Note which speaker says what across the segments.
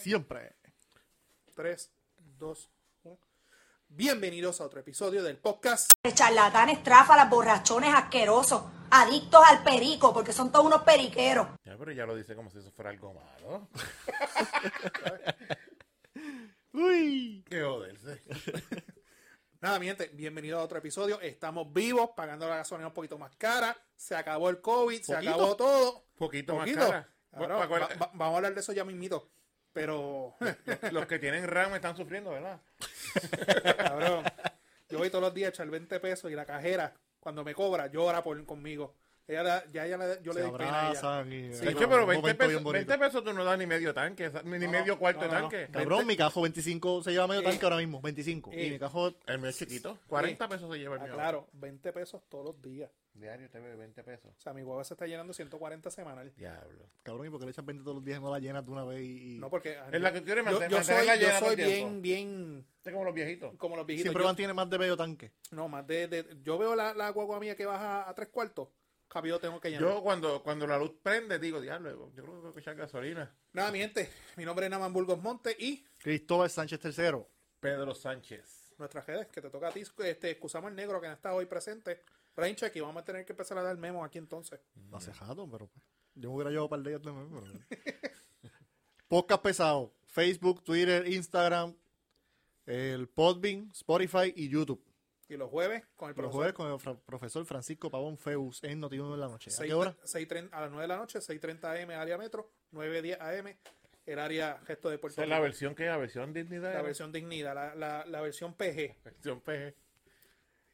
Speaker 1: Siempre.
Speaker 2: 3, 2, 1. Bienvenidos a otro episodio del podcast.
Speaker 3: de charlatanes, tráfalas, borrachones asquerosos, adictos al perico, porque son todos unos periqueros.
Speaker 4: Ya, pero ya lo dice como si eso fuera algo malo.
Speaker 1: Uy.
Speaker 4: Qué joderse.
Speaker 2: Nada, mi gente, bienvenidos a otro episodio. Estamos vivos, pagando la gasolina un poquito más cara. Se acabó el COVID, se
Speaker 1: Poquito.
Speaker 2: acabó todo.
Speaker 4: Poquito,
Speaker 2: Poquito.
Speaker 4: más cara. Pues,
Speaker 2: Claro,
Speaker 4: Bueno,
Speaker 2: va-
Speaker 4: acuérdate,
Speaker 2: va- vamos a hablar de eso ya mismito. Pero,
Speaker 4: los que tienen RAM están sufriendo, ¿verdad?
Speaker 2: cabrón, yo voy todos los días a echar 20 pesos y la cajera, cuando me cobra, llora por, conmigo. Ella, la- ya, ella le- yo
Speaker 1: Se
Speaker 2: le doy pena a ella.
Speaker 1: abrazan y.
Speaker 2: Sí,
Speaker 4: De
Speaker 2: no,
Speaker 4: hecho, pero
Speaker 1: un
Speaker 4: 20
Speaker 1: momento
Speaker 4: pesos,
Speaker 1: bien bonito.
Speaker 4: 20 pesos tú no das ni medio tanque, esa- ni, ni
Speaker 2: No,
Speaker 4: medio cuarto
Speaker 2: no, no,
Speaker 4: de
Speaker 2: no.
Speaker 4: tanque.
Speaker 1: Cabrón, mi cajo 25 se lleva medio
Speaker 2: Eh.
Speaker 1: tanque ahora mismo. 25.
Speaker 2: Eh.
Speaker 1: Y mi cajo.
Speaker 4: El mío es chiquito. 40 pesos se lleva el
Speaker 2: Ah,
Speaker 4: mío.
Speaker 2: claro, 20 pesos todos los días.
Speaker 4: Diario te bebe 20 pesos.
Speaker 2: O sea, mi guagua se está llenando 140 semanal.
Speaker 4: Diablo.
Speaker 1: Cabrón, ¿y por qué le echas 20 todos los días y no la llenas de una vez? Y... y-
Speaker 2: No, pues, porque. ah,
Speaker 4: Es la que quiere
Speaker 2: yo,
Speaker 4: mantener-
Speaker 2: yo soy,
Speaker 4: mantenerla llena
Speaker 2: yo
Speaker 4: todo
Speaker 2: soy
Speaker 4: el tiempo.
Speaker 2: bien, bien.
Speaker 4: Es como los viejitos.
Speaker 2: Este Como los viejitos.
Speaker 1: Siempre
Speaker 2: yo-
Speaker 1: mantiene más de medio tanque.
Speaker 2: No, más de, de- Yo veo la, la guagua mía que baja a tres cuartos. Rápido tengo que llenar.
Speaker 4: Yo cuando, cuando la luz prende digo, diablo, yo creo que tengo que echar gasolina.
Speaker 2: Nada, mi gente. Mi nombre es Naman Burgos Monte y
Speaker 1: Cristóbal Sánchez III.
Speaker 4: Pedro Sánchez.
Speaker 2: nuestras redes, que te toca a ti. Este, excusamos al negro que no está hoy presente. Raincheck, y vamos a tener que empezar a dar memos aquí entonces.
Speaker 1: No hace jato, pero pues, yo me hubiera llevado par de ellos también. pero- eh. Podcast pesado. Facebook, Twitter, Instagram, el Podbean, Spotify y YouTube.
Speaker 2: Y los jueves con el
Speaker 1: Los
Speaker 2: profesor.
Speaker 1: jueves con el fra- profesor Francisco Pavón Feus en Notiuno en la noche. ¿A
Speaker 2: seis-
Speaker 1: qué hora?
Speaker 2: seis tre- a las 9 de la noche, 6.30 AM, área metro, 9.10 AM, el área gesto de Puerto
Speaker 4: Esa es la
Speaker 2: Rico.
Speaker 4: versión que es la versión dignidad.
Speaker 2: La versión dignidad, la, la- la versión PG.
Speaker 4: versión PG.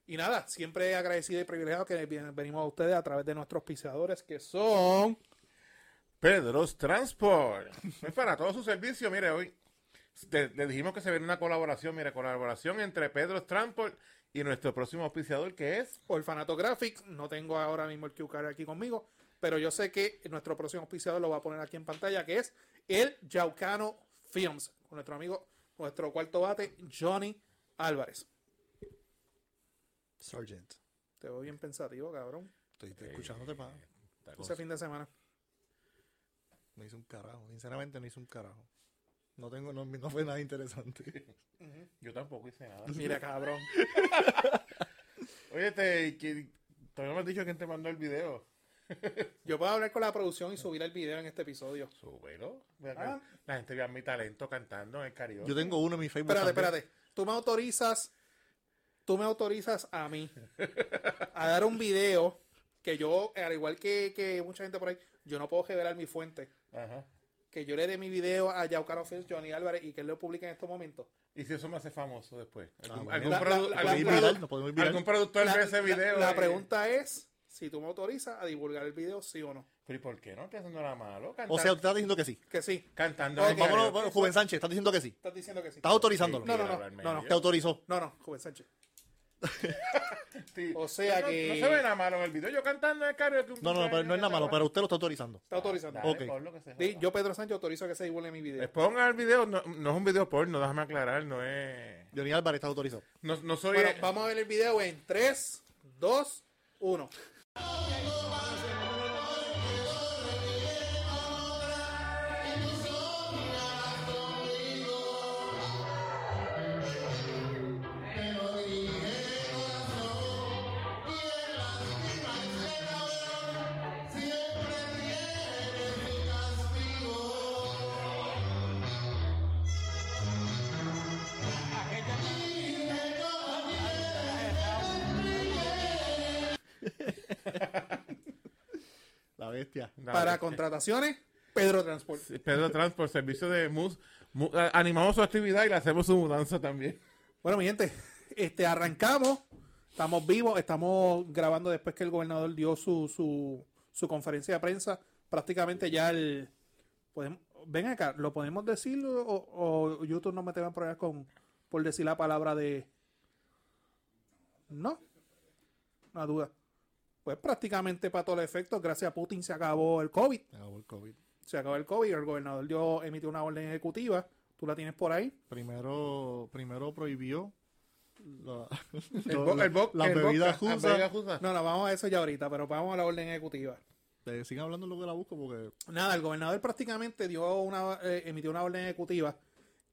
Speaker 2: Y nada, siempre agradecido y privilegiado que ven- venimos a ustedes a través de nuestros pisadores que son...
Speaker 4: Pedro's Transport. Es para todos sus servicios. Mire, hoy le, le dijimos que se viene una colaboración. Mire, colaboración entre Pedro's Transport y nuestro próximo auspiciador, que es.
Speaker 2: Orfanato Graphics, no tengo ahora mismo el cue card aquí conmigo, pero yo sé que nuestro próximo auspiciador lo va a poner aquí en pantalla, que es el Yaucano Films, con nuestro amigo, nuestro cuarto bate, Johnny Álvarez.
Speaker 1: Sergeant.
Speaker 2: Te veo bien pensativo, cabrón.
Speaker 1: Estoy te- escuchándote, pa.
Speaker 2: Ese
Speaker 4: Pues.
Speaker 2: fin de semana.
Speaker 1: No hice un carajo. Sinceramente, no hice un carajo. No tengo, no, no fue nada interesante.
Speaker 4: Yo tampoco hice nada.
Speaker 2: Mira, cabrón.
Speaker 4: Oye, te, que- todavía no me has dicho quién te mandó el video.
Speaker 2: Yo puedo hablar con la producción y subir el video en este episodio.
Speaker 4: Súbelo. Mira que
Speaker 2: Ah.
Speaker 4: La gente vea mi talento cantando en el karaoke.
Speaker 1: Yo tengo uno en mi Facebook.
Speaker 2: Espérate,
Speaker 1: también.
Speaker 2: espérate. Tú me autorizas, tú me autorizas a mí a dar un video que yo, al igual que, que mucha gente por ahí, yo no puedo revelar mi fuente.
Speaker 4: Ajá.
Speaker 2: Que yo le dé mi video a Yaucano Films, Johnny Álvarez, y que él lo publique en estos momentos.
Speaker 4: ¿Y si eso me hace famoso después? ¿Algún,
Speaker 1: Ah, bueno.
Speaker 4: algún
Speaker 2: La- la-
Speaker 1: Nos
Speaker 4: produ-
Speaker 1: podemos
Speaker 4: algún
Speaker 1: ir
Speaker 2: la-
Speaker 4: produ-
Speaker 1: viral, nos podemos ir viral.
Speaker 4: algún productor
Speaker 2: La,
Speaker 4: ve ese
Speaker 2: la-
Speaker 4: video?
Speaker 2: la
Speaker 4: y-
Speaker 2: pregunta es si tú me autorizas a divulgar el video, sí o no.
Speaker 4: ¿Pero y por qué no? ¿Estás haciendo nada malo?
Speaker 1: O
Speaker 4: Cantan-
Speaker 1: sea, usted está diciendo que sí.
Speaker 2: Que sí.
Speaker 4: cantando
Speaker 2: Ok,
Speaker 4: en el
Speaker 1: Vámonos,
Speaker 4: karaoke.
Speaker 1: vámonos, Juven Sánchez, estás diciendo que sí.
Speaker 2: Estás diciendo que sí.
Speaker 1: Estás autorizándolo.
Speaker 2: No, no, no,
Speaker 4: Quiero hablar
Speaker 2: no, no.
Speaker 4: medio.
Speaker 1: Te autorizó.
Speaker 2: No, no, Juven Sánchez.
Speaker 4: Sí.
Speaker 2: O sea
Speaker 4: No-
Speaker 2: que-
Speaker 4: No se ve nada malo en el video. Yo cantando en el karaoke. un
Speaker 1: No, no, no, pero no es nada malo, pero usted lo está autorizando.
Speaker 2: Está autorizando.
Speaker 4: Ah, Dale,
Speaker 1: Ok.
Speaker 4: ponlo, que se joda.
Speaker 2: Sí, yo, Pedro Sánchez, autorizo que se divulgue mi video.
Speaker 4: Les pongan el eh, video. No, no es un video porno, déjame aclarar. No es...
Speaker 1: Johnny Álvarez está autorizado.
Speaker 4: No, no soy...
Speaker 2: Bueno, vamos a ver el video en 3, 2, 1.
Speaker 1: La bestia.
Speaker 4: Dale.
Speaker 2: Para contrataciones, Pedro Transport.
Speaker 4: Sí, Pedro Transport, servicio de mus... mu- ah, Animamos su actividad y le hacemos su mudanza también.
Speaker 2: Bueno, mi gente, este, arrancamos. Estamos vivos, estamos grabando después que el gobernador dio su, su, su conferencia de prensa. Prácticamente ya el. Podemos, ven acá, ¿lo podemos decir o, o YouTube no me te va a poner con, por decir la palabra de. No, una duda. Pues prácticamente para todo el efecto, gracias a Putin se acabó el COVID.
Speaker 1: Me acabó el COVID.
Speaker 2: se acabó el COVID, el gobernador dio, emitió una orden ejecutiva, tú la tienes por ahí,
Speaker 1: Primero, primero prohibió la,
Speaker 4: El bo- el bo-
Speaker 1: las
Speaker 4: el
Speaker 1: bebidas
Speaker 4: vodka, las
Speaker 1: jusas.
Speaker 4: bebidas jusas.
Speaker 2: no, no, vamos a eso ya ahorita, pero vamos a la orden ejecutiva.
Speaker 1: Eh, sigan hablando lo que la busco porque
Speaker 2: Nada, el gobernador prácticamente dio una, eh, emitió una orden ejecutiva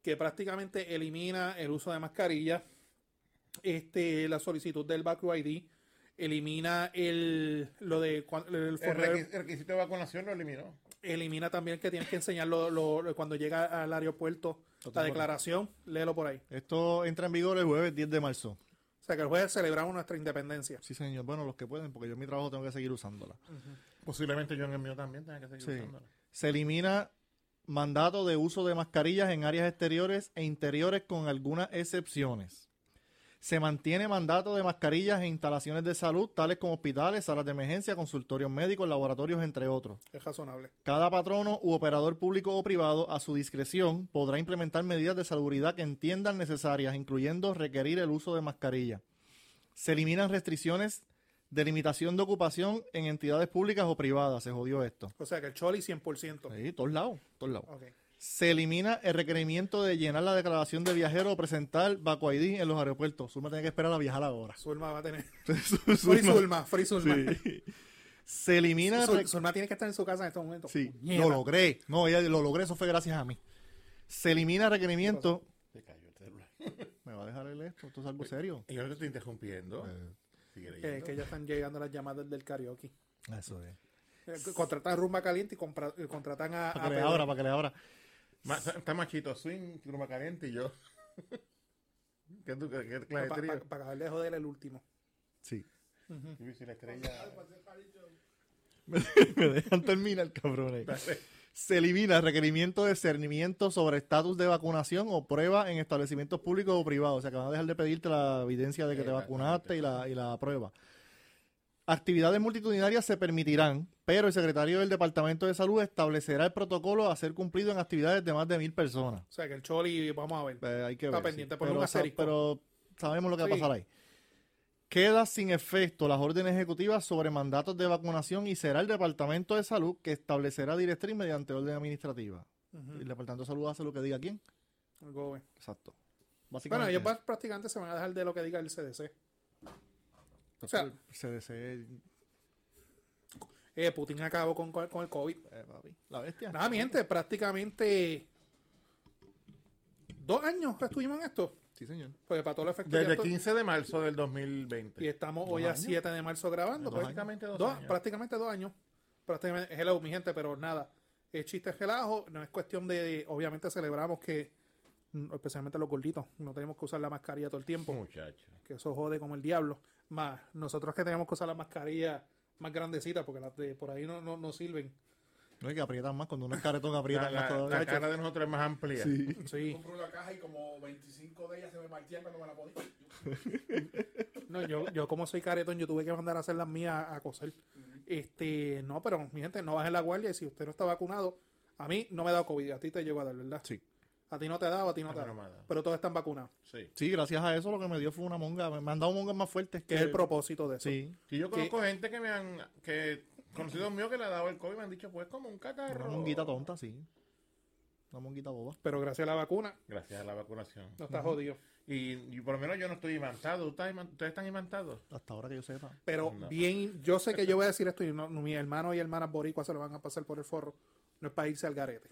Speaker 2: que prácticamente elimina el uso de mascarillas, este, la solicitud del Baku ID, elimina el, lo de cuan- el
Speaker 4: El,
Speaker 2: forreo-
Speaker 4: requis- el requisito de vacunación lo eliminó.
Speaker 2: elimina también que tienes que enseñar lo- lo- cuando llega al aeropuerto
Speaker 1: Otro
Speaker 2: la
Speaker 1: por-
Speaker 2: declaración, léelo por ahí.
Speaker 1: esto entra en vigor el jueves 10 de marzo.
Speaker 2: O sea que el jueves celebramos nuestra independencia.
Speaker 1: Sí, señor. Bueno, los que pueden, porque yo en mi trabajo tengo que seguir usándola.
Speaker 4: Posiblemente yo en el mío también tenga que seguir
Speaker 1: Sí.
Speaker 4: usándolo.
Speaker 1: Se elimina mandato de uso de mascarillas en áreas exteriores e interiores con algunas excepciones. Se mantiene mandato de mascarillas en instalaciones de salud, tales como hospitales, salas de emergencia, consultorios médicos, laboratorios, entre otros.
Speaker 2: Es razonable.
Speaker 1: Cada patrono u operador público o privado, a su discreción, podrá implementar medidas de salubridad que entiendan necesarias, incluyendo requerir el uso de mascarilla. Se eliminan restricciones de limitación de ocupación en entidades públicas o privadas. Se jodió esto.
Speaker 2: O sea que el Choli 100%.
Speaker 1: Sí, todos lados, todos lados.
Speaker 2: Ok.
Speaker 1: Se elimina el requerimiento de llenar la declaración de viajero o presentar Baco ID en los aeropuertos. Zulma tiene que esperar a viajar ahora.
Speaker 2: Zulma va a tener. Free Zulma,
Speaker 1: Zulma.
Speaker 2: Free Zulma.
Speaker 1: Sí. Se elimina...
Speaker 2: Zul- Zulma tiene que estar en su casa en estos momentos.
Speaker 1: Sí,
Speaker 2: Puñeta.
Speaker 1: lo logré. No, ella lo logré, eso fue gracias a mí. Se elimina requerimiento.
Speaker 4: Te cayó el celular.
Speaker 1: ¿Me va a dejar el esto? ¿Esto es algo serio?
Speaker 4: Y yo no te estoy interrumpiendo. Sigue
Speaker 2: Eh,
Speaker 4: leyendo.
Speaker 2: que ya están llegando las llamadas del karaoke.
Speaker 1: Eso es.
Speaker 2: Eh, c- Contratan Rumba Caliente y compra- eh, contratan a.
Speaker 1: Para
Speaker 2: a
Speaker 1: que le
Speaker 2: Pedro.
Speaker 1: abra, para que le abra.
Speaker 4: Ma- está machito swing, cruma caliente y yo. ¿Qué, tú, qué, qué clase
Speaker 2: Pa-
Speaker 4: de
Speaker 2: pa-
Speaker 4: trío?
Speaker 2: Para acabarle de joder el último.
Speaker 1: Sí.
Speaker 4: Yo soy la estrella.
Speaker 1: Me dejan terminar, cabrones. Se elimina requerimiento de cernimiento sobre estatus de vacunación o prueba en establecimientos públicos o privados. O sea, que van a dejar de pedirte la evidencia de que te vacunaste y la, y la prueba. Actividades multitudinarias se permitirán, pero el secretario del Departamento de Salud establecerá el protocolo a ser cumplido en actividades de más de mil personas.
Speaker 2: O sea que el Choli, vamos a ver.
Speaker 1: Eh, hay que
Speaker 2: Está
Speaker 1: ver, sí.
Speaker 2: pendiente, ponle
Speaker 1: pero,
Speaker 2: un
Speaker 1: sa-
Speaker 2: asterisco.
Speaker 1: pero sabemos lo que va a
Speaker 2: Sí.
Speaker 1: pasar ahí. Queda sin efecto las órdenes ejecutivas sobre mandatos de vacunación y será el Departamento de Salud que establecerá directriz mediante orden administrativa.
Speaker 2: Ujú.
Speaker 1: El Departamento de Salud hace lo que diga quién.
Speaker 2: El gobe.
Speaker 1: Exacto.
Speaker 2: Bueno,
Speaker 1: Básicamente.
Speaker 2: ellos va- prácticamente se van a dejar de lo que diga el CDC. O sea,
Speaker 1: CDC, eh,
Speaker 2: eh, Putin acabó con, con el COVID.
Speaker 1: eh, papi, la bestia.
Speaker 2: Nada, miente, prácticamente dos años estuvimos en esto.
Speaker 1: Sí, señor.
Speaker 2: Porque para todo el efecto. ya
Speaker 4: Desde
Speaker 2: esto-
Speaker 4: 15 de marzo
Speaker 2: Y
Speaker 4: del
Speaker 2: este
Speaker 4: 2020.
Speaker 2: estamos
Speaker 1: Dos
Speaker 2: hoy a
Speaker 1: años.
Speaker 2: 7 de marzo grabando.
Speaker 1: Dos
Speaker 2: prácticamente
Speaker 4: Prácticamente dos
Speaker 2: dos,
Speaker 4: años.
Speaker 2: prácticamente dos años. Prácticamente, hello, mi gente, pero nada. Es chiste relajo, no es cuestión de, obviamente celebramos que, mm, especialmente los gorditos, no tenemos que usar la mascarilla todo el tiempo,
Speaker 4: Este Muchacho.
Speaker 2: que eso jode como el diablo. Más nosotros que tenemos que usar la mascarilla más grandecita, porque las de por ahí no, no, no sirven.
Speaker 1: No hay que aprietan más. Cuando uno es caretón,
Speaker 4: La,
Speaker 1: aprietan más
Speaker 4: la-
Speaker 1: todavía.
Speaker 4: la cara de nosotros es más amplia.
Speaker 1: Sí.
Speaker 2: Sí.
Speaker 5: Compré una caja y como 25 de ellas se me partían cuando me la ponía.
Speaker 4: Ah,
Speaker 2: No, yo, yo como soy caretón, yo tuve que mandar a hacer las mías a, a coser. Este, no, pero mi gente, no bajen la guardia y si usted no está vacunado, a mí no me ha dado COVID, a ti te llegó a dar, ¿verdad?
Speaker 1: Sí.
Speaker 2: A ti no te ha dado, a ti no
Speaker 4: A
Speaker 2: te
Speaker 4: mí
Speaker 2: ha
Speaker 4: no me ha
Speaker 2: dado.
Speaker 4: dado.
Speaker 2: Pero todos están vacunados,
Speaker 4: Sí.
Speaker 1: Sí, gracias a eso lo que me dio fue una monga. Me han dado mongas más fuertes
Speaker 2: que
Speaker 1: que
Speaker 2: es el propósito de eso.
Speaker 1: Sí.
Speaker 4: Que yo conozco gente que me han. que conocidos míos que le ha dado el COVID me han dicho, pues como un
Speaker 1: Una
Speaker 4: catarro.
Speaker 1: monguita tonta, sí. Una monguita boba.
Speaker 2: Pero gracias a la vacuna,
Speaker 4: Gracias a la vacunación.
Speaker 2: no estás jodido.
Speaker 4: Y, y por lo menos yo no estoy imantado. ¿Ustedes, iman- ustedes están imantados?
Speaker 1: Hasta ahora que yo sepa.
Speaker 2: Pero
Speaker 4: No.
Speaker 2: bien, yo sé que yo voy a decir esto y no, no, mis hermanos y hermanas boricuas se lo van a pasar por el forro. No es para irse al garete.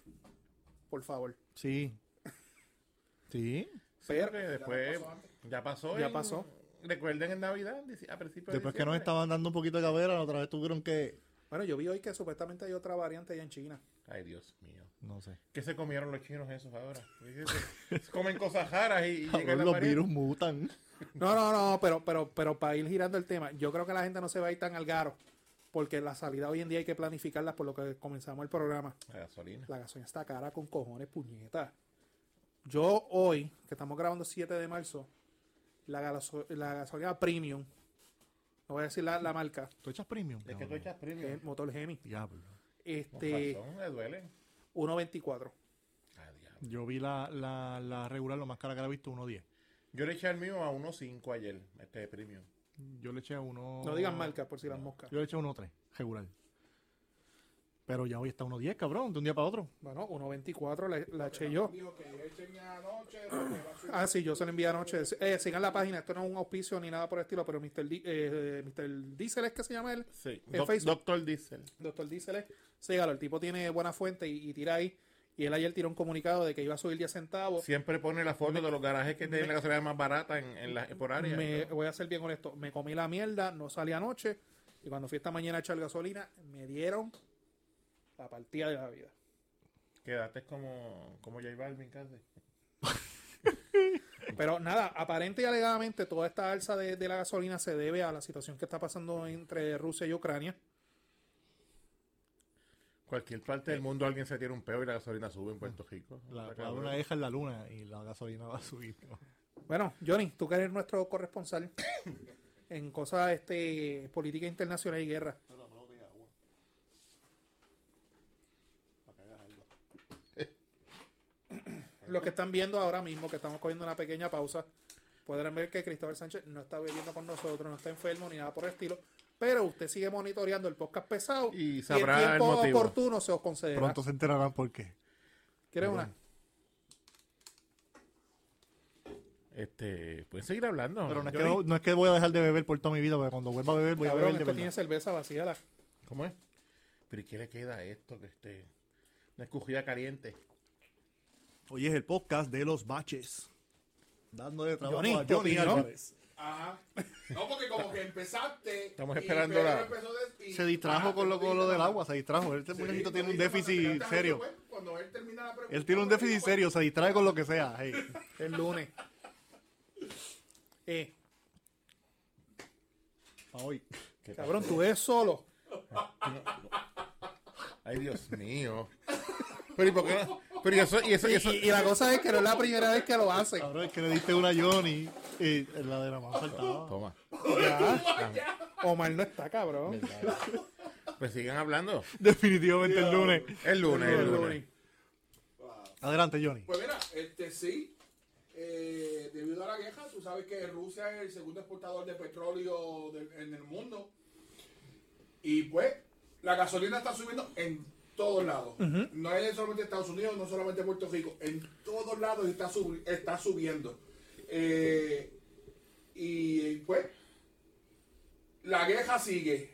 Speaker 2: Por favor.
Speaker 1: Sí. Sí.
Speaker 2: Pero-
Speaker 4: Porque después. Ya pasó.
Speaker 2: Ya
Speaker 4: en-
Speaker 2: pasó.
Speaker 4: Recuerden en Navidad, dic- a principios de
Speaker 1: Después que nos
Speaker 4: diciembre.
Speaker 1: estaban dando un poquito de cabera, la otra vez tuvieron que.
Speaker 2: Bueno, yo vi hoy que supuestamente hay otra variante allá en China.
Speaker 4: Ay, Dios mío.
Speaker 1: No sé.
Speaker 4: ¿Qué se comieron los chinos esos ahora? Fíjese, Comen cosas raras y, y llegan
Speaker 1: Cabrón,
Speaker 4: a
Speaker 1: los
Speaker 4: parir.
Speaker 1: virus mutan.
Speaker 2: No, no, no, pero, pero, pero para ir girando el tema, yo creo que la gente no se va a ir tan al garo. Porque la salida hoy en día hay que planificarla por lo que comenzamos el programa.
Speaker 4: La gasolina.
Speaker 2: La gasolina está cara con cojones, puñeta. Yo hoy, que estamos grabando 7 de marzo, la, gaso- la gasolina premium, no voy a decir la, la marca,
Speaker 1: ¿Tú echas premium?
Speaker 4: Es que
Speaker 1: cabrón? pues,
Speaker 4: tú echas
Speaker 2: que es el
Speaker 4: premium.
Speaker 2: motor Gemi,
Speaker 1: Diablo.
Speaker 4: Te...
Speaker 2: este,
Speaker 4: Razón, le duele.
Speaker 2: 1.24.
Speaker 4: Ah, diablo.
Speaker 1: Yo vi la, la, la regular, lo más cara que la he visto, 1.10.
Speaker 4: Yo le eché al mío a 1.5 ayer, este premium.
Speaker 1: Yo le eché a 1.
Speaker 2: No digan marca por si las moscas.
Speaker 1: Yo le eché a 1.3, regular. Pero ya hoy está 1.10, cabrón, de un día para otro.
Speaker 2: Bueno, 1.24 la, la eché yo.
Speaker 5: Dijo que él tenía anoche, porque va a subir.
Speaker 2: Ah, sí, yo se lo envié anoche. Eh, sigan la página, esto no es un auspicio ni nada por el estilo, pero Mr. Di- eh, Mr. Diesel es que se llama él.
Speaker 4: Sí.
Speaker 2: En
Speaker 4: Doc-
Speaker 2: Facebook.
Speaker 4: Doctor Diesel.
Speaker 2: Doctor Diesel es. Sígalo, el tipo tiene buena fuente y, y tira ahí. Y él ayer tiró un comunicado de que iba a subir 10 centavos.
Speaker 4: Siempre pone la foto de los garajes que tienen la gasolina más barata en, en la, por área.
Speaker 2: Me, voy a ser bien honesto, me comí la mierda, no salí anoche. Y cuando fui esta mañana a echar gasolina, me dieron la partida de la vida.
Speaker 4: Quédate como, como J Balvin casi.
Speaker 2: Pero nada, aparente y alegadamente toda esta alza de, de la gasolina se debe a la situación que está pasando entre Rusia y Ucrania.
Speaker 4: Cualquier parte del mundo alguien se tira un peo y la gasolina sube en Puerto Rico.
Speaker 1: La,
Speaker 4: Está
Speaker 1: la
Speaker 4: cabrón.
Speaker 1: luna deja en la luna y la gasolina va a subir. ¿no?
Speaker 2: Bueno, Johnny, tú que eres nuestro corresponsal en cosas este, política internacional y guerra. Los que están viendo ahora mismo, que estamos cogiendo una pequeña pausa, podrán ver que Cristóbal Sánchez no está bebiendo con nosotros, no está enfermo ni nada por el estilo, pero usted sigue monitoreando el podcast pesado
Speaker 4: Y sabrá el
Speaker 2: el tiempo
Speaker 4: motivo.
Speaker 2: oportuno se os concederá.
Speaker 1: Pronto se enterarán por qué.
Speaker 2: ¿Quieres una?
Speaker 4: Este, pueden seguir hablando.
Speaker 1: Pero no es, que,
Speaker 4: Johnny.
Speaker 1: no- no es que voy a dejar de beber por toda mi vida, porque cuando vuelva a beber voy a
Speaker 2: Cabrón,
Speaker 1: beber de
Speaker 2: esto tiene
Speaker 1: verdad.
Speaker 2: cerveza vacía. la-
Speaker 4: ¿Cómo es? ¿Pero y qué le queda a esto? Que este, una escogida caliente.
Speaker 1: Hoy es el podcast de los baches. Dándole trabajo
Speaker 2: Johnny,
Speaker 1: a
Speaker 2: tu
Speaker 1: Johnny
Speaker 2: opinión.
Speaker 1: Álvarez.
Speaker 5: Ajá. No, porque como que empezaste.
Speaker 4: Estamos
Speaker 5: y
Speaker 4: esperando
Speaker 5: Pedro
Speaker 4: la-
Speaker 5: empezó de- y-
Speaker 1: Se distrajo
Speaker 5: Ajá,
Speaker 1: con lo,
Speaker 5: tú
Speaker 1: con lo del
Speaker 5: dijiste,
Speaker 1: agua, se distrajo. Este
Speaker 5: sí,
Speaker 1: muñequito
Speaker 5: tú
Speaker 1: tiene un
Speaker 5: dijiste, cuando
Speaker 1: déficit
Speaker 5: terminaste,
Speaker 1: serio.
Speaker 5: pues, Cuando él termina la pregunta.
Speaker 1: Él tiene un
Speaker 5: pues,
Speaker 1: déficit
Speaker 5: pues,
Speaker 1: serio, se distrae con lo que sea. hey.
Speaker 2: el lunes. Eh,
Speaker 1: Pa' hoy.
Speaker 4: ¿Qué
Speaker 2: cabrón, tú ves solo.
Speaker 4: pasa? Ay, Dios mío. Pero y por qué no? Pero y eso, y eso, y
Speaker 2: Y,
Speaker 4: eso.
Speaker 2: y- y la cosa es que no es la primera vez que lo hacen.
Speaker 1: Cabrón, es que le diste una a Johnny y la de la mano faltaba.
Speaker 4: Toma.
Speaker 2: Omar no está, cabrón.
Speaker 4: Pues sigan hablando.
Speaker 1: Definitivamente el lunes.
Speaker 4: El lunes, el
Speaker 2: El
Speaker 4: lunes.
Speaker 2: lunes.
Speaker 1: Adelante, Johnny.
Speaker 5: Pues mira, este sí. eh, debido a la guerra, tú sabes que Rusia es el segundo exportador de petróleo del- en el mundo. Y pues, la gasolina está subiendo en todos lados. No es solamente Estados Unidos, no solamente Puerto Rico. En todos lados está, subi- está subiendo. Eh, y pues, la guerra sigue.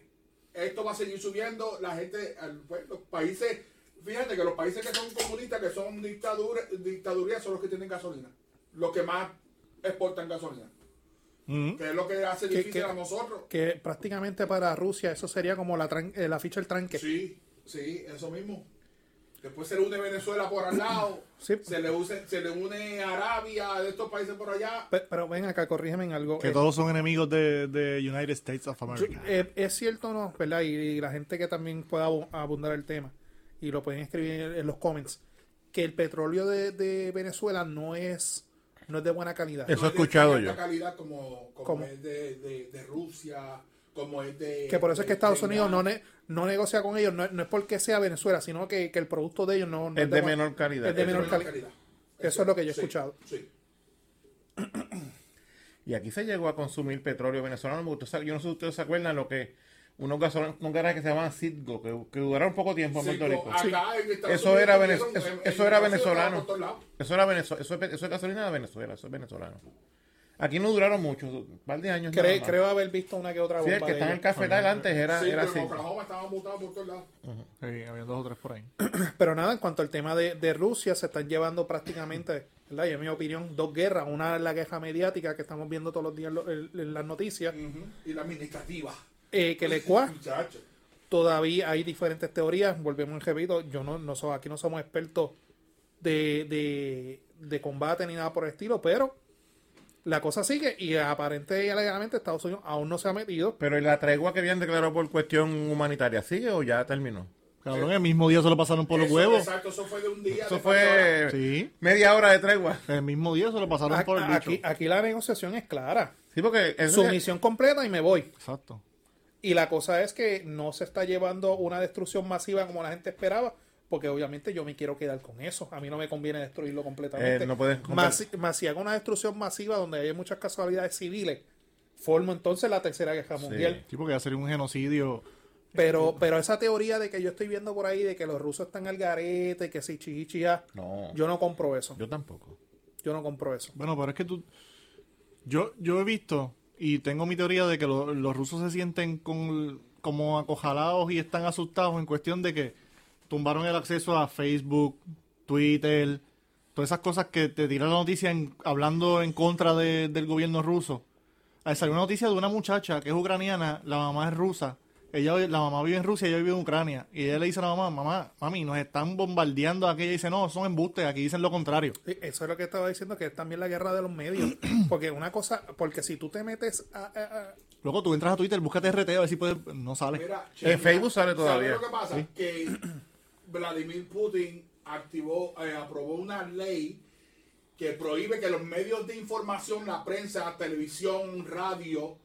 Speaker 5: Esto va a seguir subiendo. La gente, al- pues, los países, fíjate que los países que son comunistas, que son dictadura, dictadurías, son los que tienen gasolina. Los que más exportan gasolina. Que es lo que hace
Speaker 2: ¿Qué-
Speaker 5: difícil
Speaker 2: qué-
Speaker 5: a nosotros.
Speaker 2: Que prácticamente para Rusia eso sería como la, tran- eh, la ficha del tranque.
Speaker 5: Sí, sí, eso mismo. Después se le une Venezuela por al lado.
Speaker 2: Sí.
Speaker 5: Se, le use- se le une Arabia, de estos países por allá.
Speaker 2: Pe- Pero ven acá, corrígeme en algo.
Speaker 1: Que
Speaker 2: Eh,
Speaker 1: todos son enemigos de, de United States of
Speaker 2: yo-
Speaker 1: America.
Speaker 2: eh, es cierto o no, ¿verdad? Y, y la gente que también pueda abu- abundar el tema y lo pueden escribir en los comments, que el petróleo de, de Venezuela no es, no es de buena calidad.
Speaker 4: Eso he
Speaker 5: No es de
Speaker 4: escuchado
Speaker 5: tanta
Speaker 4: yo.
Speaker 5: calidad como, como
Speaker 2: ¿Cómo?
Speaker 5: es de, de- de Rusia, como es de...
Speaker 2: Que por eso es que
Speaker 5: de-
Speaker 2: Estados
Speaker 5: de
Speaker 2: Unidos no,
Speaker 5: Irán.
Speaker 2: ne- no negocia con ellos, no, no es porque sea Venezuela, sino que, que el producto de ellos no, no
Speaker 4: Es de
Speaker 2: buena-
Speaker 4: menor calidad.
Speaker 2: Es de
Speaker 4: Es de
Speaker 2: menor
Speaker 4: menor
Speaker 2: calidad. Eso es lo que yo he
Speaker 5: Sí,
Speaker 2: escuchado.
Speaker 5: Sí.
Speaker 4: Y aquí se llegó a consumir petróleo venezolano. porque ustedes saben- yo no sé si ustedes se acuerdan lo que unos gasoleros, unos garajes que se llamaban Citgo, que, que duraron poco tiempo en
Speaker 5: Sí,
Speaker 4: Puerto Rico.
Speaker 5: acá en Estados
Speaker 4: Eso
Speaker 5: Unidos
Speaker 4: era, vene-
Speaker 5: tuvieron-
Speaker 4: eso, eso
Speaker 5: en- en
Speaker 4: era
Speaker 5: Brasil estaba
Speaker 4: venezolano.
Speaker 5: por todos lados.
Speaker 4: Eso era venezolano. Eso, es pe- eso es gasolina de Venezuela. Eso es venezolano. Aquí no duraron mucho, un par de años.
Speaker 2: Cre-
Speaker 4: nada más.
Speaker 2: creo haber visto una que otra
Speaker 4: Sí,
Speaker 2: bomba.
Speaker 4: el que
Speaker 2: de
Speaker 4: está en el
Speaker 2: ellos.
Speaker 4: cafetal antes era,
Speaker 5: Sí,
Speaker 4: era
Speaker 5: pero en
Speaker 4: Citgo.
Speaker 5: Oklahoma estaban mutados por todos lados.
Speaker 1: Sí, habían dos o tres por ahí.
Speaker 2: Pero nada, en cuanto al tema de, de Rusia, se están llevando prácticamente, ¿verdad? Y en mi opinión, dos guerras. Una es la guerra mediática que estamos viendo todos los días en lo- en, en las noticias,
Speaker 5: Ujú. Y la administrativa.
Speaker 2: eh, que le cual
Speaker 5: Muchachos.
Speaker 2: todavía hay diferentes teorías. Volvemos, repito, yo no, no so- aquí no somos expertos de, de, de combate ni nada por el estilo, pero la cosa sigue y aparente y alegadamente Estados Unidos aún no se ha metido.
Speaker 4: Pero ¿y la tregua que habían declarado por cuestión humanitaria, ¿sigue o ya terminó?
Speaker 1: Cabrón, el mismo día se lo pasaron por los
Speaker 5: Eso,
Speaker 1: huevos.
Speaker 5: Exacto, eso fue de un día.
Speaker 4: Eso
Speaker 5: de cuatro
Speaker 4: fue
Speaker 5: horas.
Speaker 1: Sí.
Speaker 4: media hora de tregua.
Speaker 1: El mismo día se lo pasaron
Speaker 2: A-
Speaker 1: por el
Speaker 2: a-
Speaker 1: bicho.
Speaker 2: Aquí, aquí la negociación es clara.
Speaker 4: Sí, porque eso es-
Speaker 2: Sumisión completa y me voy.
Speaker 1: Exacto.
Speaker 2: Y la cosa es que no se está llevando una destrucción masiva como la gente esperaba, porque obviamente yo me quiero quedar con eso. A mí no me conviene destruirlo completamente.
Speaker 4: Eh, no puedes-
Speaker 2: Mas- mas si hago una destrucción masiva donde hay muchas casualidades civiles, formo entonces la tercera guerra mundial.
Speaker 1: Sí, porque ya sería un genocidio
Speaker 2: Pero, pero esa teoría de que yo estoy viendo por ahí, de que los rusos están al garete, que si chichichia,
Speaker 4: No.
Speaker 2: ah, yo no compro eso.
Speaker 4: Yo tampoco.
Speaker 2: Yo no compro eso.
Speaker 1: Bueno, pero es que tú. Yo, yo he visto y tengo mi teoría de que lo- los rusos se sienten con, como acojalados y están asustados en cuestión de que tumbaron el acceso a Facebook, Twitter, todas esas cosas que te tiran la noticia en- hablando en contra de- del gobierno ruso. Ahí salió una noticia de una muchacha que es ucraniana, la mamá es rusa. Ella, la mamá vive en Rusia, ella vive en Ucrania. Y ella le dice a la mamá, mamá, mami, nos están bombardeando aquí. Ella dice, no, son embustes, aquí dicen lo contrario.
Speaker 2: Sí, Eso es lo que estaba diciendo, que es también la guerra de los medios. Porque una cosa, porque si tú te metes a... a- a-
Speaker 1: Luego tú entras a Twitter, búscate RT a ver si puedes. No sale.
Speaker 5: Mira,
Speaker 4: En Facebook sale
Speaker 5: ¿sabes
Speaker 4: todavía.
Speaker 5: lo que pasa? Que Vladimir Putin activó, eh, aprobó una ley que prohíbe que los medios de información, la prensa, televisión, radio,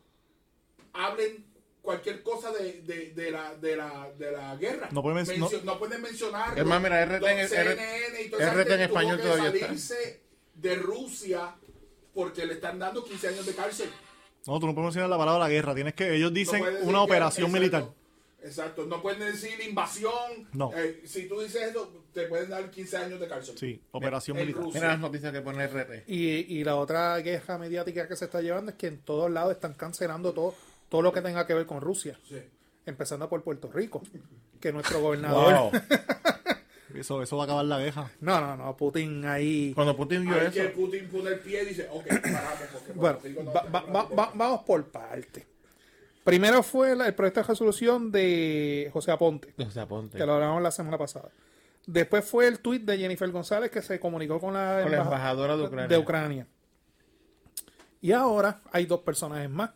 Speaker 5: hablen cualquier cosa de, de- de la, de, la, de la guerra.
Speaker 1: No pueden men- no-
Speaker 5: Mencio- no pueden mencionar.
Speaker 4: Es más, mira,
Speaker 5: los
Speaker 4: RT en- R-
Speaker 5: CNN y toda esa
Speaker 4: RT en
Speaker 5: gente tuvo
Speaker 4: español
Speaker 5: que
Speaker 4: todavía está.
Speaker 5: salirse de Rusia porque le están dando 15 años de cárcel.
Speaker 1: No, tú no puedes mencionar la palabra guerra. Tienes que. Ellos
Speaker 5: No
Speaker 1: dicen
Speaker 5: puedes decir
Speaker 1: una
Speaker 5: que-
Speaker 1: operación
Speaker 5: exacto,
Speaker 1: militar.
Speaker 5: Exacto, no pueden decir invasión.
Speaker 1: No.
Speaker 5: Eh, si tú dices eso, te pueden dar 15 años de cárcel.
Speaker 1: Sí, operación
Speaker 5: En
Speaker 1: militar.
Speaker 5: Rusia.
Speaker 4: Mira las noticias que pone RT.
Speaker 2: y, y la otra guerra mediática que se está llevando es que en todos lados están cancelando todo, todo lo que tenga que ver con Rusia.
Speaker 5: Sí.
Speaker 2: Empezando por Puerto Rico, que nuestro gobernador...
Speaker 1: Eso, eso va a acabar la guerra.
Speaker 2: No, no, no, Putin ahí...
Speaker 4: Cuando Putin vio
Speaker 5: Ahí que
Speaker 4: eso.
Speaker 5: Putin pone el pie y dice, ok, paramos. Porque
Speaker 2: Bueno,
Speaker 5: Puerto Rico no
Speaker 2: va-
Speaker 5: está
Speaker 2: va- va-
Speaker 5: preparado
Speaker 2: va- vamos por parte. Primero fue la- el proyecto de resolución de José Aponte,
Speaker 4: O sea, ponte.
Speaker 2: que lo hablamos la semana pasada. Después fue el tuit de Jennifer González que se comunicó con la,
Speaker 4: Con la
Speaker 2: embaja-
Speaker 4: embajadora de Ucrania.
Speaker 2: de Ucrania. Y ahora hay dos personajes más,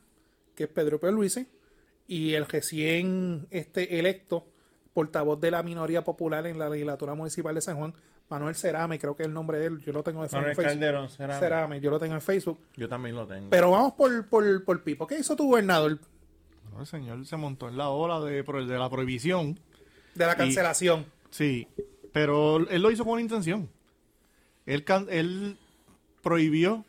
Speaker 2: que es Pedro P. Luisi y el recién este electo portavoz de la minoría popular en la legislatura municipal de San Juan, Manuel Cerame, creo que es el nombre de él, yo lo tengo de
Speaker 4: Manuel Calderón, Cerame.
Speaker 2: Cerame, yo lo tengo en Facebook.
Speaker 4: Yo también lo tengo.
Speaker 2: Pero vamos por, por, por Pipo. ¿Qué hizo tu gobernador
Speaker 1: Bueno, el señor se montó en la ola de, pro- de la prohibición.
Speaker 2: de la cancelación?
Speaker 1: Sí, pero él lo hizo con una intención. Él, can- él prohibió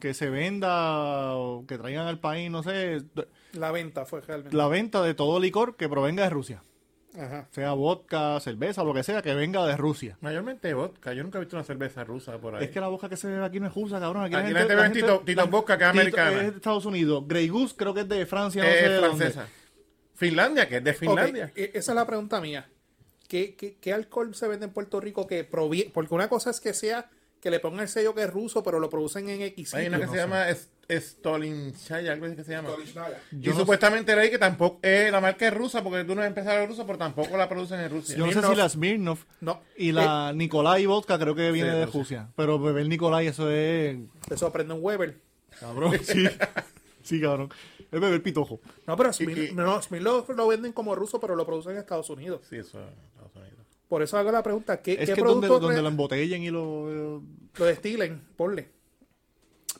Speaker 1: que se venda o que traigan al país, no sé,
Speaker 2: La venta fue realmente.
Speaker 1: la venta de todo licor que provenga de Rusia.
Speaker 2: Ajá.
Speaker 1: Sea vodka, cerveza, lo que sea, que venga de Rusia.
Speaker 4: Mayormente vodka. Yo nunca he visto una cerveza rusa por ahí.
Speaker 1: Es que la boca que se bebe aquí no es rusa, cabrón. Aquí,
Speaker 4: Aquí la gente bebe Tito- Tito Vodka, que es
Speaker 1: Tito-
Speaker 4: americana.
Speaker 1: Es de Estados Unidos. Grey Goose creo que es de Francia, no sé
Speaker 4: es
Speaker 1: de dónde.
Speaker 4: francesa. Finlandia, que es de Finlandia.
Speaker 2: Ok, e- esa es la pregunta mía. ¿Qué, qué, qué alcohol se vende en Puerto Rico que proviene? Porque una cosa es que sea que le pongan el sello que es ruso, pero lo producen en X.
Speaker 4: Hay una que
Speaker 2: sitio.
Speaker 4: se llama Es- Stolinskaya, algo así que se llama.
Speaker 5: por Stolichnaya.
Speaker 1: Yo
Speaker 4: y
Speaker 1: no
Speaker 4: supuestamente era ahí que tampoco, eh, la marca es rusa, porque tú no has empezado en rusa, pero tampoco la producen en Rusia.
Speaker 1: Yo no sé si
Speaker 2: Smirnoff.
Speaker 1: la Smirnoff
Speaker 2: No.
Speaker 1: y la Nikolai Vodka creo que viene
Speaker 4: Eh. Sí,
Speaker 1: de
Speaker 4: Rusia.
Speaker 1: Rusia. Pero beber Nikolai, eso es...
Speaker 2: Te sorprende un Weber.
Speaker 1: Cabrón, sí. Sí, cabrón. Es beber pitojo.
Speaker 2: No, pero Smil-
Speaker 4: y-
Speaker 2: no, Smil lo, lo venden como ruso, pero lo producen en Estados Unidos.
Speaker 4: Sí, eso es Estados Unidos.
Speaker 2: Por eso hago la pregunta: ¿qué,
Speaker 1: Es
Speaker 2: qué
Speaker 1: que donde,
Speaker 2: producto
Speaker 1: donde
Speaker 2: re-
Speaker 1: lo embotellen y lo... eh,
Speaker 2: lo destilen? Ponle.